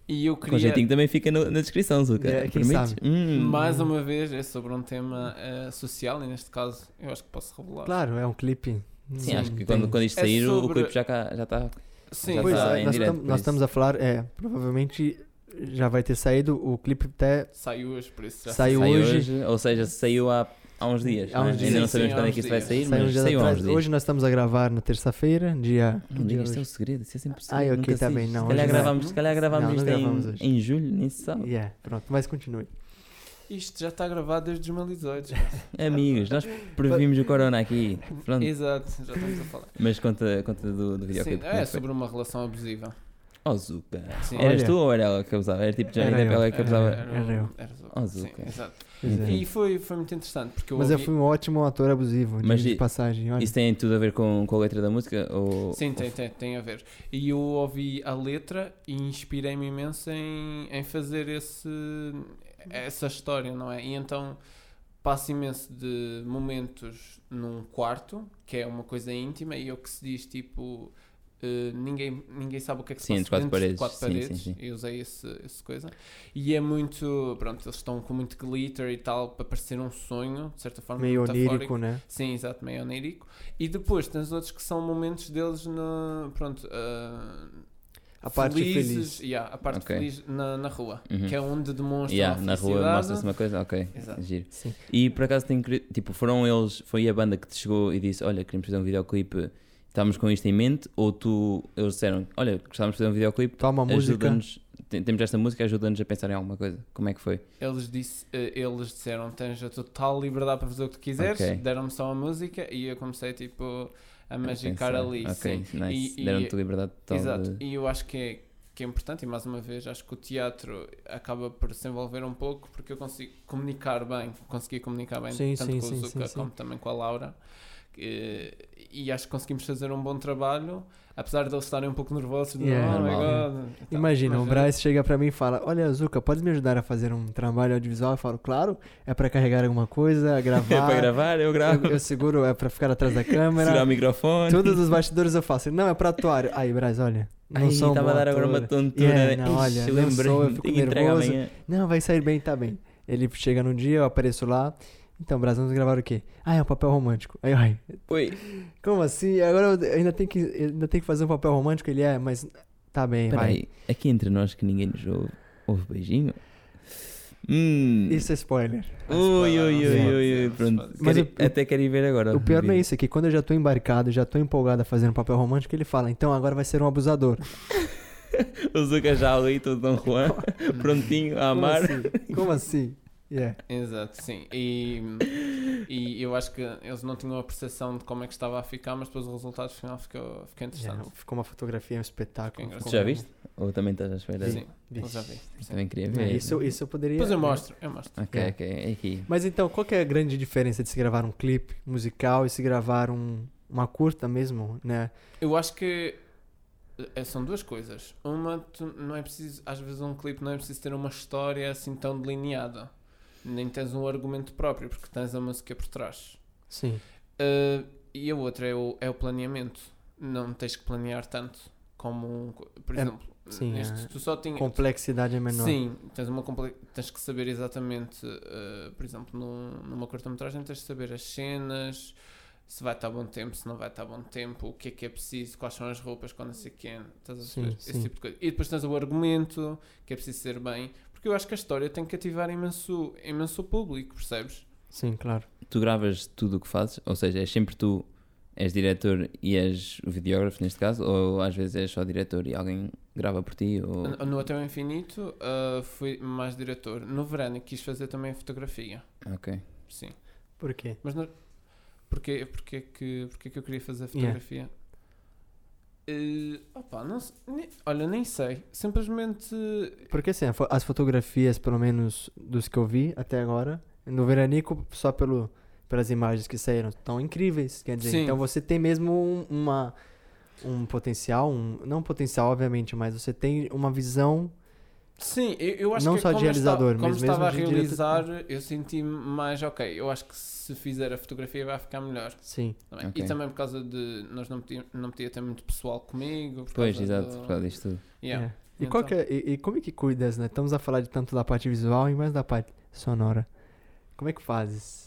C: E eu
B: Com jeitinho
C: queria,
B: também fica no- na descrição, Zuka.
A: Yeah, quem
B: Permites?
A: sabe?
B: Hum.
C: mais uma vez, é sobre um tema ah, social. E neste caso, eu acho que posso revelar.
A: Claro, é um clipe.
B: Sim,
A: Não
B: acho que
A: tem-
B: quando, quando isto
C: É
B: sair, o- o
C: sobre-
B: clipe já está. Já tá...
C: Sim,
B: já
A: Pois
B: tá
A: é,
B: em
A: nós,
B: direto,
A: tam-
B: por
A: nós
B: isso.
A: estamos a falar, é, provavelmente já vai ter saído o clipe até
C: saiu hoje, por isso já
A: saiu
B: sai
A: hoje.
B: Ou seja, saiu há, há há uns dias.
A: Há
B: não é?
A: uns dias.
B: Ainda não
A: Sim,
B: sabemos
C: sim, há
B: quando é
C: uns
B: que isto vai
C: dias.
B: sair,
A: Saiu uns
B: mas
A: dias
B: saiu há
A: um atrás.
B: uns dias.
A: Hoje nós estamos a gravar na terça-feira, dia.
B: Não
A: dia
B: diga, isto é um
A: hoje.
B: segredo, isso é sempre segredo.
A: Ai, ok,
B: nunca
A: tá
B: se
A: bem,
B: diz.
A: não,
B: Se
A: hoje
B: calhar
A: não.
B: gravámos, se calhar gravámos
A: Não, não
B: isto
A: gravámos hoje.
B: em, em julho, nem se sabe.
A: Yeah, pronto, mas continue.
C: Isto já está gravado desde 2018.
B: Amigos, nós previmos o corona aqui. Pronto.
C: Exato, já estamos a falar.
B: Mas conta, conta do, do
C: Sim,
B: videoclipe. como
C: é
B: que foi?
C: sobre uma relação abusiva.
B: Oh, Zuka.
C: Sim.
B: Eras
A: Olha.
B: tu ou era ela que abusava? Era tipo Johnny
A: Era eu.
B: Depp, ela que abusava.
A: Era eu.
C: Era o
B: Oh,
C: Zuka. Sim,
B: Zuka.
C: exato.
A: Pois é.
C: E foi, foi muito interessante, porque eu
A: Mas eu
C: ouvi...
A: fui um ótimo ator abusivo,
B: Mas
A: diga-se
B: e-
A: de passagem. Olha,
B: Isso tem tudo a ver com, com a letra da música? Ou,
C: Sim,
B: ou-
C: tem, tem, tem a ver. E eu ouvi a letra e inspirei-me imenso em, em fazer esse, essa história, não é? E então passo imenso de momentos num quarto, que é uma coisa íntima, e o que se diz tipo. eh, ninguém, ninguém sabe o que é que se
B: Sim,
C: passa
B: entre quatro
C: dentro
B: paredes.
C: de quatro
B: Sim,
C: paredes.
B: sim, sim.
C: Eu usei esse, esse coisa. E é muito. Pronto, eles estão com muito glitter e tal para parecer um sonho, de certa forma.
A: meio
C: metafórico.
A: onírico, né?
C: Sim, exato, meio onírico. E depois tens outros que são momentos deles na. Pronto. ah,
A: A parte
C: felizes,
A: feliz.
C: yeah, a parte
B: Ok.
C: feliz na, na rua,
B: Uhum.
C: que é onde demonstram
B: Yeah,
C: a
B: na rua
C: felicidade.
B: mostra-se uma coisa? Ok,
C: Exato.
B: giro.
A: Sim.
B: E por acaso tem curi- tipo, foram eles, foi a banda que te chegou e disse, olha, queremos fazer um videoclipe, estávamos com isto em mente, ou tu, eles disseram, olha, gostávamos de fazer um videoclipe,
A: Toma a música.
B: ajuda-nos, tem- temos esta música, ajuda-nos a pensar em alguma coisa. Como é que foi?
C: Eles, disse, eh, eles disseram: tens a total liberdade para fazer o que tu quiseres.
B: Ok.
C: Deram-me só a música e eu comecei tipo a magicar
B: Pensar.
C: ali.
B: Ok,
C: sim.
B: nice.
C: E- e-
B: Deram-te liberdade
A: Então,
B: total.
C: Exato,
A: eh,
B: de-
C: e eu acho que é, que é importante, e mais uma vez, acho que o teatro acaba por se envolver um pouco, porque eu consigo comunicar bem, consegui comunicar bem
A: Sim,
C: tanto
A: sim,
C: com
A: sim,
C: o Zuka
A: sim, sim.
C: como também com a Laura. E, e acho que conseguimos fazer um bom trabalho, apesar de eles estarem um pouco nervosos. De,
A: Yeah.
C: oh my
B: Normal.
C: God", e tal.
A: Imagina, um o
C: Mas, é.
A: Braz chega pra mim e fala: Olha, Zuka, podes me ajudar a fazer um trabalho audiovisual? Eu falo: Claro, é pra carregar alguma coisa, gravar.
B: É para gravar, eu gravo.
A: Eu, eu seguro, é pra ficar atrás da
B: Segurar o
A: câmera.
B: microfone.
A: Todos os bastidores eu faço. Não, é pra atuar. Aí, Braz, olha. Não
B: Ai,
A: sou um
B: estava
A: bom
B: a dar agora uma
A: ator.
B: tontura.
A: Yeah,
B: né?
A: não,
B: Ixi,
A: olha, não
B: eu
A: sou, eu
B: lembrei-me,
A: fico
B: tenho que entregar
A: nervoso.
B: amanhã.
A: Não, vai sair bem, tá bem. Ele chega num dia, eu apareço lá. Então, Braz, vamos gravar o quê? Ah, é um papel romântico. Aí, ai,
B: Oi,
A: como assim? Agora eu ainda tem que, ainda tem que fazer um papel romântico? Ele é, mas tá bem, vai.
B: peraí, aqui entre nós que ninguém nos ouve, houve beijinho? Hum.
A: Isso é spoiler.
B: Ui, ui, ui,
A: Sim.
B: ui, ui, pronto.
A: Mas
B: Quero-
A: o-
B: até quero ir ver agora.
A: O pior não é isso, é que quando eu já tô embarcado, já tô empolgado a fazer um papel romântico, ele fala, então agora vai ser um abusador.
B: O Zuka já ali, todo Dom Juan, prontinho a amar.
A: assim? Como assim? Como assim? Yeah.
C: é, Exato, sim. E, e eu acho que eles não tinham a percepção de como é que estava a ficar, mas depois o resultado final ficou, ficou interessante.
A: Yeah, ficou uma fotografia, um espetáculo.
C: Ficou
A: ficou
B: Já
A: um-
B: viste? Ou também estás à espera?
C: Sim, eu já vi.
B: Também queria
A: É,
B: ver.
A: Isso, isso eu poderia...
C: Depois eu mostro, eu mostro.
B: Ok,
A: É.
B: ok, é aqui.
A: Mas então, qual que é a grande diferença de se gravar um clipe musical e se gravar um, uma curta mesmo, né?
C: Eu acho que eh, são duas coisas. Uma, tu não é preciso, às vezes um clipe não é preciso ter uma história assim tão delineada. Nem tens um argumento próprio, porque tens a música por trás.
A: Sim.
C: Eh, e a outra é o, é o planeamento. Não tens que planear tanto como um, co- por
A: É,
C: exemplo,
A: sim, é.
C: neste, tu só tinhas
A: Complexidade é menor.
C: Sim, tens, uma comple- tens que saber exatamente, eh, por exemplo, num- numa curta-metragem tens de saber as cenas, se vai estar bom tempo, se não vai estar bom tempo, o que é que é preciso, quais são as roupas, quando não sei quem, estás a
A: Sim,
C: saber,
A: sim.
C: esse tipo de coisa. E depois tens o argumento, que é preciso ser bem, porque eu acho que a história tem que cativar imenso, imenso o público, percebes?
A: Sim, claro.
B: Tu gravas tudo o que fazes? Ou seja, és sempre tu, és diretor e és o videógrafo neste caso? Ou às vezes és só diretor e alguém grava por ti? Ou...
C: No- No Hotel Infinito eh, fui mais diretor. No verano quis fazer também fotografia,
B: Ok.
C: sim.
A: Por quê?
C: Mas não... Porquê, porquê, que, porquê que eu queria fazer
A: Yeah.
C: fotografia? Eh, opa, não se- nem- olha, nem sei. Simplesmente.
A: Porque assim, a fo- as fotografias, pelo menos dos que eu vi até agora, no Veranico, só pelo, pelas imagens que saíram, estão incríveis. Quer dizer,
C: Sim.
A: então você tem mesmo um, uma, um potencial, um, não um potencial, obviamente, mas você tem uma visão.
C: Sim, eu, eu acho
A: Não
C: que.
A: só de
C: como eu esta-
A: realizador,
C: como
A: mas mesmo
C: estava a
A: de diretor-
C: realizar, eu senti-me mais ok. Eu acho que se fizer a fotografia vai ficar melhor.
A: Sim,
C: também.
B: Ok.
C: E também por causa de. Nós não podíamos não podia ter muito pessoal comigo. por
B: Pois,
C: causa
B: exato,
C: do-
B: por causa disto tudo.
C: Yeah.
A: é. E, qual
C: Então.
A: que é- e, e como é que cuidas, né? Estamos a falar de tanto da parte visual e mais da parte sonora. Como é que fazes?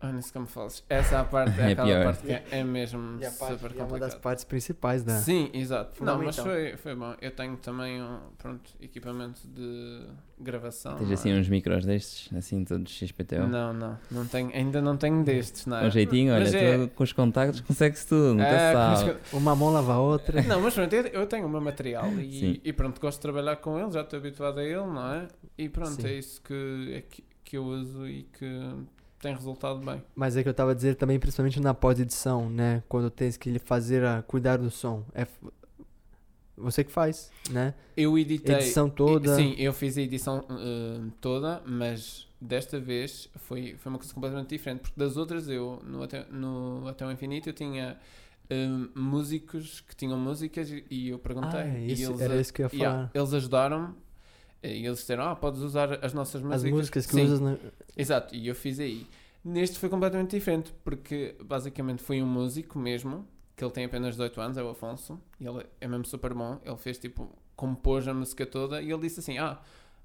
C: Ah, nem sei como falas. Essa parte é,
B: É
C: aquela
B: pior.
C: parte que é, é mesmo
A: E a parte-
C: super
A: e é uma das
C: complicada.
A: partes principais
B: É.
A: da.
C: Sim, exato. Não, mas
A: Fundamental.
C: foi, foi bom. então. Eu tenho também um, pronto, equipamento de gravação.
B: Tens
C: não
B: assim
C: é?
B: uns micros destes, assim todos XPTO.
C: Não, não, não tenho, ainda não tenho destes, não é?
B: Um jeitinho, olha,
C: Mas é-
B: tu com os contactos consegue-se tudo, nunca
C: É,
B: se
C: como
B: sabe.
C: se-
A: Uma mão lava a outra.
C: Não, mas pronto, eu eu tenho o meu material
B: Sim.
C: e, e pronto, gosto de trabalhar com ele, já estou habituado a ele, não é? E pronto,
A: Sim.
C: é isso que, é que, que eu uso e que tem resultado bem.
A: Mas é que eu tava dizendo também, principalmente na pós-edição, né? Quando tens que fazer a cuidar do som. É f- você que faz, né?
C: Eu editei.
A: Edição toda.
C: Sim, eu fiz a edição eh, toda, mas desta vez foi, foi uma coisa completamente diferente, porque das outras eu, no Até, no Até ao Infinito, eu tinha eh, músicos que tinham músicas e, e eu perguntei.
A: Ah, é
C: e
A: isso,
C: eles,
A: era
C: a-
A: isso que eu ia falar.
C: yeah, eles ajudaram-me. eh, E eles disseram, ah, podes usar as
A: As
C: nossas músicas.
A: músicas que
C: Sim,
A: usas na...
C: Exato, e eu fiz aí. Neste foi completamente diferente, porque basicamente foi um músico mesmo, que ele tem apenas 18 anos, é o Afonso, e ele é mesmo super bom. Ele fez tipo, compôs a música toda e ele disse assim: Ah,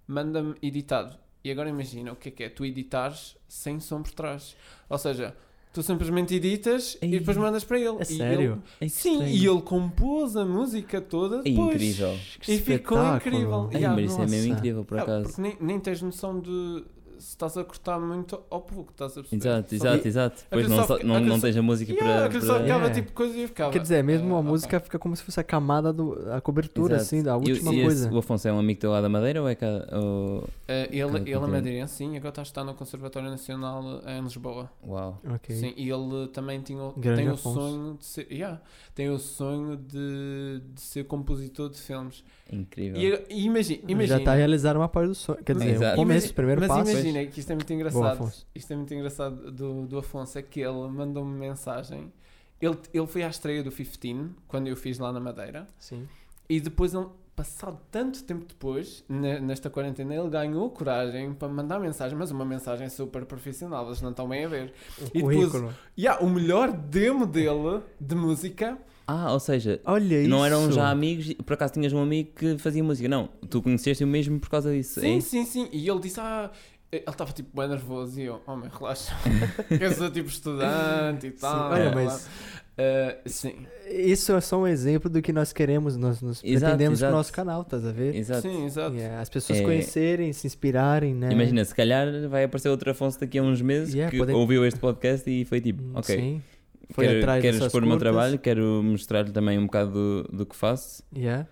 C: manda-me editado. E agora imagina o que é que é tu editares sem som por trás. Ou seja, tu simplesmente editas
B: Ei,
C: e depois mandas para ele.
A: É
C: E
A: sério?
C: ele-
B: É que
C: Sim,
B: estranho.
C: e ele compôs a música toda
B: É
C: depois.
B: incrível.
A: Que
C: E ficou
A: espetáculo.
C: incrível.
B: Ai,
C: Yeah,
B: mas isso é mesmo
A: nossa.
B: incrível, por
C: Ah,
B: acaso.
C: Porque nem, nem tens noção de se estás a cortar muito ao pouco, estás a perceber.
B: Exato,
C: Só-
B: exato, exato. Depois
C: aquilo
B: não,
C: só
B: só-
C: fica-
B: não, não
C: aquilo só-
B: tens a música
C: Yeah,
B: para.
C: aquilo só
B: para-
C: ficava
A: É.
C: tipo coisa e ficava.
A: Quer dizer, mesmo
C: ah,
A: a
C: ok.
A: música fica como se fosse a camada, do, a cobertura,
B: Exato.
A: assim, da
B: E-
A: última
B: e esse-
A: coisa.
B: o Afonso é um amigo teu lá da Madeira ou é cá? ou-
C: Ah, ele, ele é
B: Continua.
C: madeirense, sim, agora está a estudar no Conservatório Nacional eh, em Lisboa.
B: Uau.
A: Ok.
C: Sim, e ele também tinha, o-
A: Grande
C: tem o
A: Afonso.
C: sonho de ser. yeah, tem o sonho de, de ser compositor de filmes.
B: É incrível.
C: E, eu- e imagina,
A: Já
C: imagina.
A: está a realizar uma parte do sonho. Quer dizer,
B: Exato.
A: o começo, o primeiro
C: mas
A: passo.
C: imagina que isto é muito
A: Boa,
C: engraçado.
A: Afonso.
C: Isto é muito engraçado do, do Afonso, é que ele mandou-me mensagem. Ele, ele foi à estreia do 15, quando eu fiz lá na Madeira,
A: Sim.
C: e depois, ele, passado tanto tempo depois, ne- nesta quarentena, ele ganhou coragem para mandar mensagem, mas uma mensagem super profissional, eles não estão bem a ver.
A: O
C: E depois-
A: currículo.
C: E há o melhor demo dele de música.
B: Ah, ou seja,
A: Olha É isso.
B: não eram já amigos, e por acaso tinhas um amigo que fazia música. Não, tu conheceste o mesmo por causa disso. é
C: Sim,
B: isso?
C: sim, sim. E ele disse, ah. Ele estava tipo bem nervoso e eu, homem, relaxa. eu sou tipo estudante e
A: Sim,
C: tal.
A: olha,
C: blá, blá.
A: mas
C: Ah, sim.
A: isso é só um exemplo do que nós queremos, nós nos
B: Exato,
A: pretendemos
B: exato.
A: com o nosso canal, estás a ver?
B: Exato.
C: Sim, exato.
A: E é, as pessoas
B: É-
A: conhecerem, se inspirarem, né?
B: Imagina, se calhar vai aparecer outro Afonso daqui a uns meses
A: Yeah,
B: que
A: podem-
B: ouviu este podcast e foi tipo,
A: Hum,
B: ok,
A: Sim. Foi
B: quero,
A: atrás
B: quero
A: dessas
B: expor o meu
A: curtas.
B: trabalho, quero mostrar-lhe também um bocado do, do que faço
A: Yeah.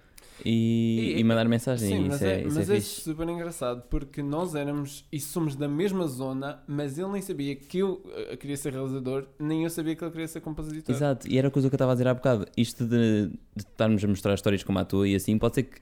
B: e,
C: E-
B: e mandar mensagem.
C: Sim, mas
B: isso é,
C: é,
B: isso
C: mas
B: é
C: é
B: fixe.
C: super engraçado porque nós éramos e somos da mesma zona, mas ele nem sabia que eu eh, queria ser realizador, nem eu sabia que ele queria ser compositor.
B: Exato, e era a coisa que eu estava a dizer há bocado. Isto de, de estarmos a mostrar histórias como a tua e assim, pode ser que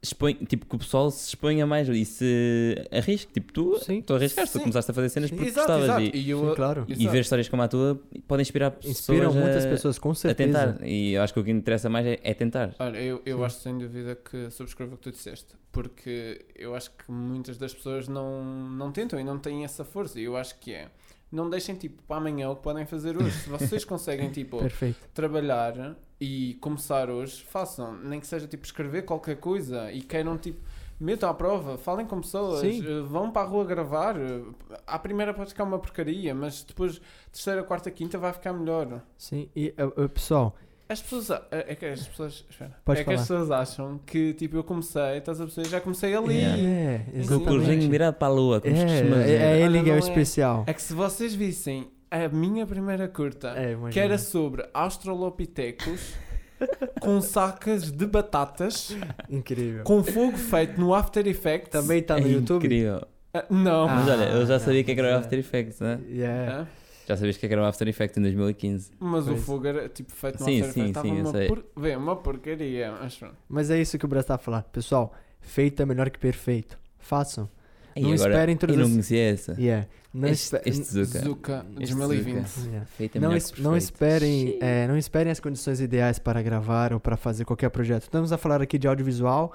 B: expõe, tipo, que o pessoal se exponha mais e se arrisque. Tipo, tu,
A: Sim.
B: tu arriscaste, tu
C: Sim.
B: começaste a fazer cenas
A: Sim.
B: porque
C: exato,
B: gostavas
C: exato.
B: e,
C: E é eu,
A: Sim, claro.
B: e
C: exato.
B: ver histórias como a tua pode inspirar pessoas
A: Inspiram muitas
B: a-
A: pessoas, com
B: a
A: certeza.
B: tentar. E eu acho que o que interessa mais é, é tentar.
C: Olha, eu, eu
A: Sim.
C: acho sem dúvida que subscrevo o que tu disseste, porque eu acho que muitas das pessoas não, não tentam e não têm essa força. E eu acho que é. Não deixem tipo para amanhã o que podem fazer hoje. Se vocês conseguem tipo
A: Perfeito.
C: trabalhar e começar hoje, façam. Nem que seja tipo escrever qualquer coisa e queiram tipo. Metam à prova, falem com pessoas,
A: Sim.
C: eh, vão para a rua gravar. eh, À primeira pode ficar uma porcaria, mas depois, terceira, quarta, quinta, vai ficar melhor.
A: Sim. E, uh, uh, pessoal,
C: As pessoas, a- é que as pessoas, espera,
A: Podes
C: é que as
A: falar.
C: pessoas acham que tipo eu comecei, estás a perceber, já comecei ali.
A: é,
B: Com o corzinho
A: exatamente.
B: virado para a lua, como se né? costuma
A: É,
B: dizer.
A: é, é ele
C: Olha,
A: que é o
C: um não é-
A: especial.
C: É que se vocês vissem a minha primeira curta,
A: É, imagina.
C: que era sobre australopitecos com sacas de batatas.
A: Incrível.
C: com fogo feito no After Effects.
A: Também tá
B: É
A: no YouTube.
B: incrível.
C: Ah, não.
A: Ah,
B: Mas olha, eu já
A: não,
B: sabia que é que era o
A: mas é.
B: After Effects, né?
A: Yeah.
C: Ah,
B: Já sabias que é que era o After Effects em 2015.
C: Mas o
A: Pois.
C: fogo era tipo feito no
B: Sim,
C: After
B: sim,
C: Effects. Estava
B: sim, eu
C: uma,
B: sei.
C: por... Vê, uma porcaria. Mas pronto.
A: Mas é isso que o Brás tá falando. Pessoal, feito é melhor que perfeito. Façam.
B: E
A: Não
B: agora,
A: esperem todas
B: Eu não
A: as-
B: conhecia essa.
A: Yeah. Não
B: Este,
A: espe-
B: este Zuka.
C: Zuka
B: Este
C: 2020.
A: Yeah.
B: Feita
A: não,
B: melhor
A: es-
B: que
A: não
B: perfeita.
A: esperem é, não esperem as condições ideais para gravar ou para fazer qualquer projeto. Estamos a falar aqui de audiovisual,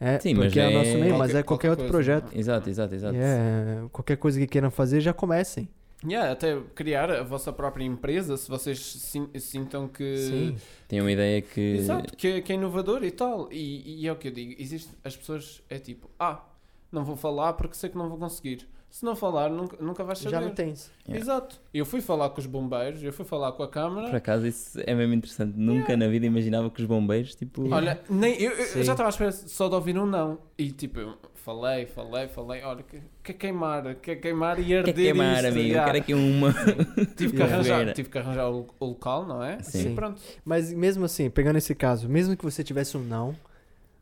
A: é,
B: Sim, mas
A: porque é o
B: é-
A: nosso meio, mas é
C: Qualquer-
A: qualquer outro
C: qualquer coisa, né?
A: projeto.
B: Exato, exato, exato.
A: Yeah, qualquer coisa que queiram fazer, já comecem.
C: Yeah, até criar a vossa própria empresa, se vocês sin- sintam que.
A: Sim.
B: Tem uma ideia que.
C: Exato, que, que é inovador e tal. E, e é o que eu digo. Existe, as pessoas é tipo, ah, não vou falar porque sei que não vou conseguir. Se não falar, nunca, nunca vais saber.
A: Já não tens.
B: Yeah.
C: Exato. Eu fui falar com os bombeiros, eu fui falar com a
B: Por
C: Câmara.
B: acaso, isso é mesmo interessante. Nunca na vida imaginava que os bombeiros, tipo.
C: Olha, nem, eu, eu
A: Sim.
C: já estava à espera só de ouvir um não. E tipo, eu falei, falei, falei. Olha, que, que é queimar, que queimar e
B: quer
C: arder.
B: é queimar,
C: isto,
B: amigo?
C: já.
B: Quero é aqui uma.
C: tive, que
A: Yeah.
C: arranjar,
B: Fogueira.
C: tive que arranjar o, o local, não é?
B: Sim.
C: E pronto.
A: Mas mesmo assim, pegando esse caso, mesmo que você tivesse um não,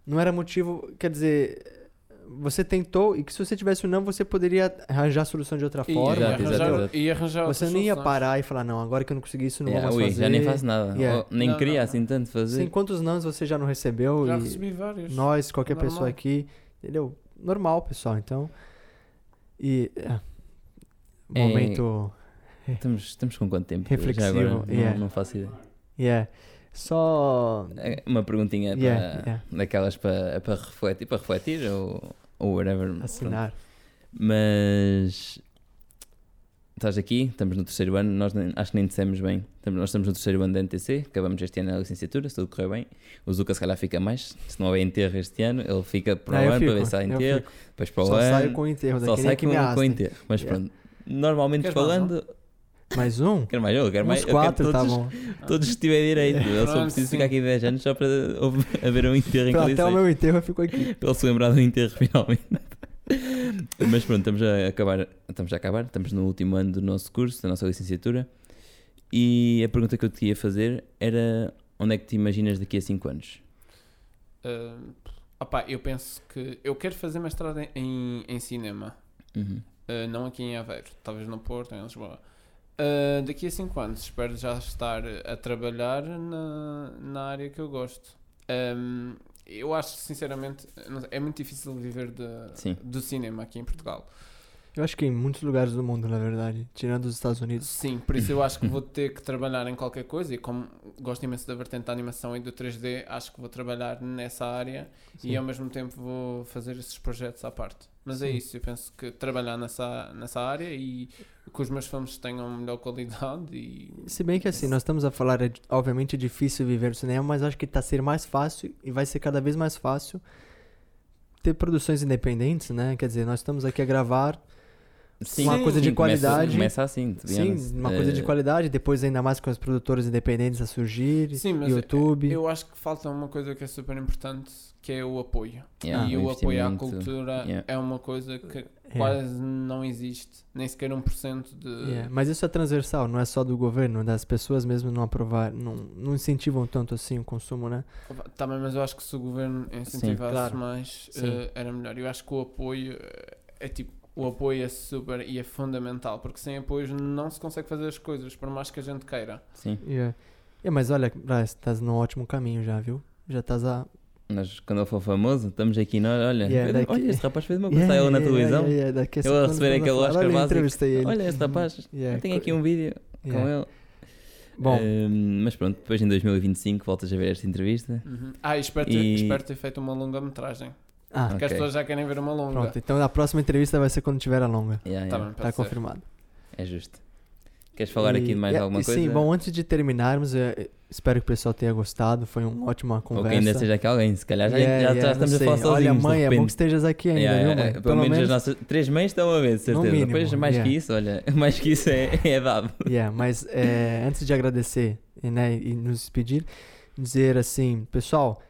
A: não era motivo. Quer dizer, você tentou e que se você tivesse um não, você poderia arranjar a solução de outra
C: E
A: forma.
B: Exato,
A: entendeu?
C: arranjar,
B: exato, exato.
C: E arranjar
A: Você
C: outras
A: não ia
C: soluções.
A: parar e falar, não, agora que eu não consegui isso, não
B: Yeah,
A: vou mais
B: É, ui,
A: fazer.
B: já nem faço nada.
A: Yeah.
B: Oh, nem
C: Não,
B: queria
C: não,
B: assim tanto fazer.
A: Sim, quantos nãos você já não recebeu?
C: Já
A: e
C: recebi vários.
A: Nós, qualquer
C: Normal.
A: pessoa aqui, entendeu? Normal, pessoal, então. E. é,
B: É,
A: momento.
B: Estamos, estamos com quanto tempo?
A: Reflexivo,
B: Já agora, não,
A: yeah.
B: não faço ideia.
A: Yeah. é, Só. é,
B: É, Uma perguntinha para-
A: Yeah, yeah.
B: daquelas para, para refletir, para refletir ou, ou whatever. pronto.
A: assinar.
B: Mas estás aqui, estamos no terceiro ano, nós nem- acho que nem dissemos bem. Estamos- nós estamos no terceiro ano da NTC, acabamos este ano a licenciatura, se tudo correr bem. O Zuka se calhar fica mais, se não houver enterro este ano, ele fica
A: Não,
B: para o
A: Ah, eu
B: ano
A: fico,
B: para ver se há
A: eu
B: enterro,
A: fico.
B: depois para o
A: Só
B: ano.
A: saio com o enterro
B: é, só
A: daqui, nem
B: sai
A: que
B: com,
A: me
B: com
A: arrastem.
B: enterro. Mas
A: Yeah.
B: pronto, normalmente
C: Queres mais
B: falando,
A: Mais um?
B: quero mais, eu quero mais,
A: Uns
B: eu quero
A: quatro,
B: todos,
A: tá
B: os-
A: bom.
B: todos que tiver direito.
A: É.
B: Eu só
C: Pronto,
B: preciso
C: sim.
B: ficar aqui 10 anos só para houve- haver um enterro em
A: Pra até é o
B: condições.
A: meu enterro ficou aqui.
B: Para ele se lembrar do enterro finalmente. Mas pronto, estamos a acabar, estamos a acabar, estamos no último ano do nosso curso, da nossa licenciatura. E a pergunta que eu te ia fazer era onde é que te imaginas daqui a 5 anos?
C: Ah, opá, eu penso que. Eu quero fazer mestrado em- em, em cinema.
B: Uhum.
C: Uh, não aqui em Aveiro, talvez no Porto, em Lisboa. Uh, daqui a 5 anos espero já estar a trabalhar na, na área que eu gosto. Um, eu acho, sinceramente, não sei, é muito difícil viver de-
B: Sim.
C: do cinema aqui em Portugal.
A: Eu acho que em muitos lugares do mundo, na verdade. Tirando os Estados Unidos.
C: Sim, por isso eu acho que vou ter que trabalhar em qualquer coisa e como gosto imenso da vertente da animação e do 3D, acho que vou trabalhar nessa área
A: Sim.
C: e ao mesmo tempo vou fazer esses projetos à parte. Mas é
A: Sim.
C: isso, eu penso que trabalhar nessa, nessa área e que os meus filmes tenham melhor qualidade e.
A: Se bem que assim, nós estamos a falar, é, di- obviamente, é difícil viver do cinema, mas acho que tá ser mais fácil e vai ser cada vez mais fácil ter produções independentes, né? Quer dizer, nós estamos aqui a gravar, Uma coisa de
B: começa-
A: qualidade.
B: Começa assim, to be
A: sim,
B: honest.
A: uma coisa de
B: Eh,
A: qualidade, depois ainda mais com as produtoras independentes a surgir,
C: Sim, mas é,
A: YouTube.
C: eu acho que falta uma coisa que é super importante que é o apoio.
B: yeah,
A: Ah.
C: e
B: um
C: o apoio à
B: investimento.
C: cultura
B: yeah.
C: é uma coisa que
A: É.
C: quase não existe, nem sequer 1% de.
A: É, mas isso é transversal, não é só do governo, das pessoas mesmo não aprovar, não, não incentivam tanto assim o consumo, né?
C: Opa, Tá bem, mas eu acho que se o governo incentivasse
A: claro.
C: mais,
A: Sim.
C: eh, era melhor. Eu acho que o apoio eh, é tipo. O apoio é super e é fundamental, porque sem apoio não se consegue fazer as coisas, por mais que a gente queira.
B: Sim,
A: É. É, mas olha, Brás, estás num ótimo caminho já, viu? Já estás a.
B: nós quando ele for famoso, estamos aqui nós, olha,
A: Yeah, daqui-
B: olha, este rapaz fez uma coisa, está ele na televisão.
A: daqui a
B: Eu
A: cinco
B: a
A: anos
B: receber
A: estamos
B: aquele
A: falar,
B: Oscar
A: olha, eu
B: básico.
A: entrevistei ele.
B: Olha, este rapaz,
A: Yeah,
B: eu tenho
A: É, co-
B: aqui um vídeo com
A: yeah.
B: ele.
A: Bom,
B: Ehm, mas pronto, depois em 2025 voltas a ver esta entrevista.
C: Uhum. Ah, e espero ter,
B: E-
C: espero ter feito uma longa-metragem.
A: ah,
C: Porque
B: Ok.
C: as pessoas já querem ver uma longa.
A: pronto. Então a próxima entrevista vai ser quando tiver a longa.
B: Yeah,
C: Ah. Tá
B: yeah,
C: bem,
A: Tá
C: pode ser.
A: confirmado.
B: É justo. Queres falar aqui de mais
A: E-
B: alguma
A: e
B: coisa?
A: Sim, bom, antes de terminarmos, eh, espero que o pessoal tenha gostado. Foi uma ótima
B: Ou
A: conversa.
B: que ainda seja aqui alguém, se calhar já,
A: Yeah,
B: já- já
A: yeah, não
B: estamos a
A: sei.
B: falar sozinhos.
A: Olha,
B: de
A: mãe, é bom que
B: repente.
A: estejas aqui ainda,
B: Yeah,
A: viu,
B: yeah,
A: mãe?
B: Pelo, menos, as nossas. Três mães estão a ver, de certeza.
A: mínimo,
B: depois, mais
A: yeah.
B: que isso, olha, mais que isso é, é dado.
A: Yeah, mas é, antes de agradecer e, né, e nos despedir, dizer assim, pessoal,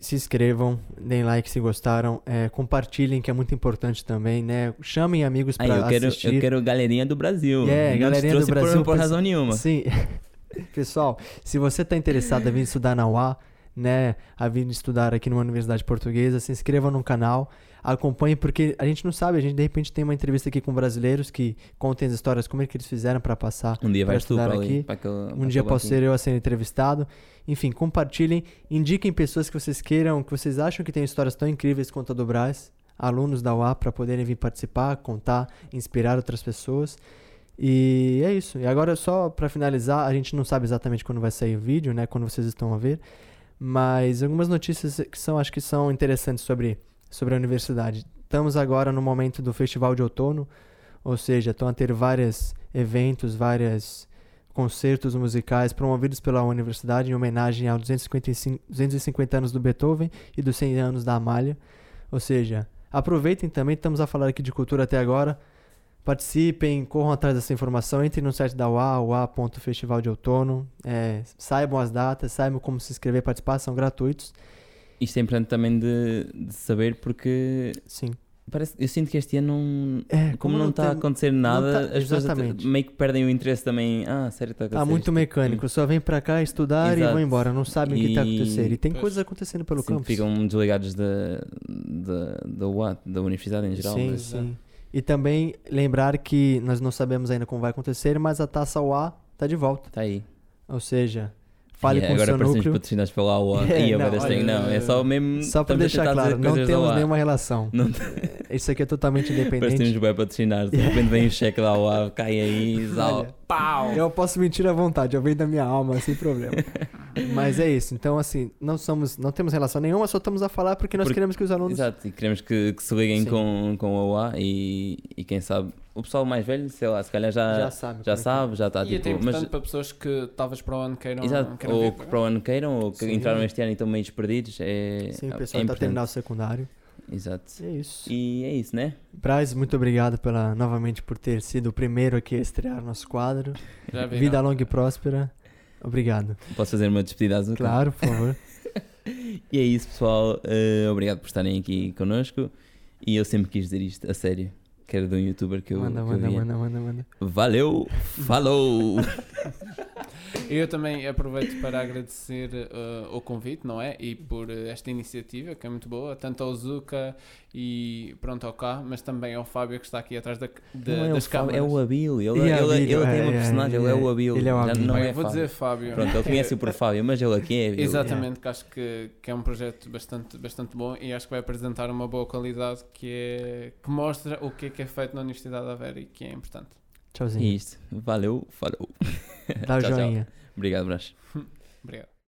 A: se inscrevam, deem like se gostaram, é, compartilhem que é muito importante também, né? Chamem amigos
B: Aí
A: para
B: eu quero,
A: assistir.
B: eu quero galerinha do Brasil.
A: Yeah,
B: Não te
A: galerinha do
B: trouxe por-
A: Brasil,
B: Por, razão nenhuma.
A: Sim. Pessoal, se você está interessado em vir estudar na UA, né, a vir estudar aqui numa universidade portuguesa, se inscreva no canal, acompanhe, porque a gente não sabe, a gente de repente tem uma entrevista aqui com brasileiros que contem as histórias, como é que eles fizeram para passar
B: Um dia
A: Pra
B: vais tu
A: estudar
B: para ali.
A: aqui.
B: Para aquele, para
A: um
B: aquele
A: dia posso
B: banquinho.
A: ser eu a ser entrevistado. Enfim, compartilhem, indiquem pessoas que vocês queiram, que vocês acham que têm histórias tão incríveis quanto a do Brás, alunos da UA, para poderem vir participar, contar, inspirar outras pessoas. E é isso. E agora, só para finalizar, a gente não sabe exatamente quando vai sair o vídeo, né? Quando vocês estão a ver. Mas algumas notícias que são, acho que são interessantes sobre, sobre a universidade. Estamos agora no momento do Festival de Outono, ou seja, estão a ter vários eventos, vários concertos musicais promovidos pela universidade em homenagem aos 255, 250 anos do Beethoven e dos 100 anos da Amália. Ou seja, Aproveitem também, estamos a falar aqui de cultura até agora. Participem, corram atrás dessa informação, entrem no site da UA, ua.festival de outono, é, saibam as datas, saibam como se inscrever e participar, são gratuitos.
B: Isto é importante também de, de saber porque
A: Sim.
B: parece, eu sinto que este ano não,
A: É,
B: como, não está a
A: tem-
B: acontecer
A: tá-
B: nada, as pessoas até
A: exatamente.
B: meio que perdem o interesse também. Ah, sério, está a
A: Tá
B: acontecer
A: muito
B: isto.
A: mecânico, só vem pra cá estudar e
B: Exato.
A: vão embora, não sabem o que tá
B: E-
A: acontecendo. E tem
C: Pois.
A: coisas acontecendo pelo
B: Sinto que
A: campo.
B: ficam desligados da, da, da UAT, da universidade em geral.
A: Sim,
B: mas- é.
A: sim. E também lembrar que nós não sabemos ainda como vai acontecer, mas a taça UA tá de volta.
B: Está aí.
A: Ou seja, fale
B: E
A: com o
B: agora
A: seu
B: parecemos
A: núcleo.
B: patrocinados pela AUA.
A: É,
B: e
A: não,
B: agora tem-
C: olha,
B: não, é só mesmo.
A: Só pra
B: estamos a
A: deixar
B: tentar
A: claro,
B: dizer
A: não
B: coisas da
A: temos
B: UA.
A: nenhuma relação.
B: Não
A: Isso aqui é totalmente
B: Parece que um
A: independente.
B: temos bem patrocinados. De repente vem o cheque da UA, cai aí, zau.
A: Olha,
C: Pau!
A: Eu posso mentir à vontade, eu venho da minha alma, sem problema. Mas é isso. Então, assim, não somos, não temos relação nenhuma, só estamos a falar porque nós
B: Porque-
A: queremos que os alunos.
B: Exato, e queremos que, que se liguem
A: Sim.
B: com, com a UA e, e quem sabe. O pessoal mais velho, sei lá, se calhar já,
A: já
B: Ah, já,
A: sabem. como é que é.
B: sabe, já está
C: e até é
B: tipo.
C: importante
B: Mas,
C: para pessoas que talvez para o ano queiram,
B: exato,
C: queiram
B: ou
C: vir
B: que
C: para
B: para o ano queiram, ou que
A: Sim.
B: entraram este ano e estão meio perdidos. É,
A: Sim, o pessoal
B: é
A: tá está
B: importante.
A: terminando o secundário.
B: Exato.
A: É isso.
B: E é isso, né?
A: Braz, muito obrigado pela, novamente por ter sido o primeiro aqui a estrear nosso quadro.
C: cá. Já viram?
A: Vida longa e próspera. Obrigado.
B: Posso fazer uma despedida azul?
A: Claro, por favor.
B: E é isso, pessoal. Eh, obrigado por estarem aqui connosco. E eu sempre quis dizer isto, a sério. Que era de um youtuber que eu.
A: manda,
B: que eu
A: manda,
B: via.
A: manda, manda, manda.
B: Valeu! Falou!
C: Eu também aproveito para agradecer eh, o convite, não é? E por eh, esta iniciativa, que é muito boa, tanto ao Zuka e pronto ao K, mas também ao Fábio que está aqui atrás da, da,
B: Não é o
C: das
B: Fábio,
C: câmaras.
B: é o Abílio. Ele,
A: E
B: ele,
A: Abílio,
B: ele tem
A: é,
B: uma
A: é,
B: personagem, ele é, o Abílio.
A: ele é o
B: Já
A: Abílio.
B: Não
C: Olha,
B: é
C: eu vou
B: Fábio.
C: dizer Fábio.
B: Pronto, ele conhece o por Fábio, mas ele aqui é. Abílio.
C: Exatamente, que acho que, que é um projeto bastante, bastante bom e acho que vai apresentar uma boa qualidade que, é, que mostra o que é, que é feito na Universidade da Vera e que é importante.
B: É
A: Tchauzinho.
B: isto. Valeu, falou.
A: Dá o
B: Tchau, tchau.
A: joinha.
B: Obrigado, Brás.
C: Obrigado.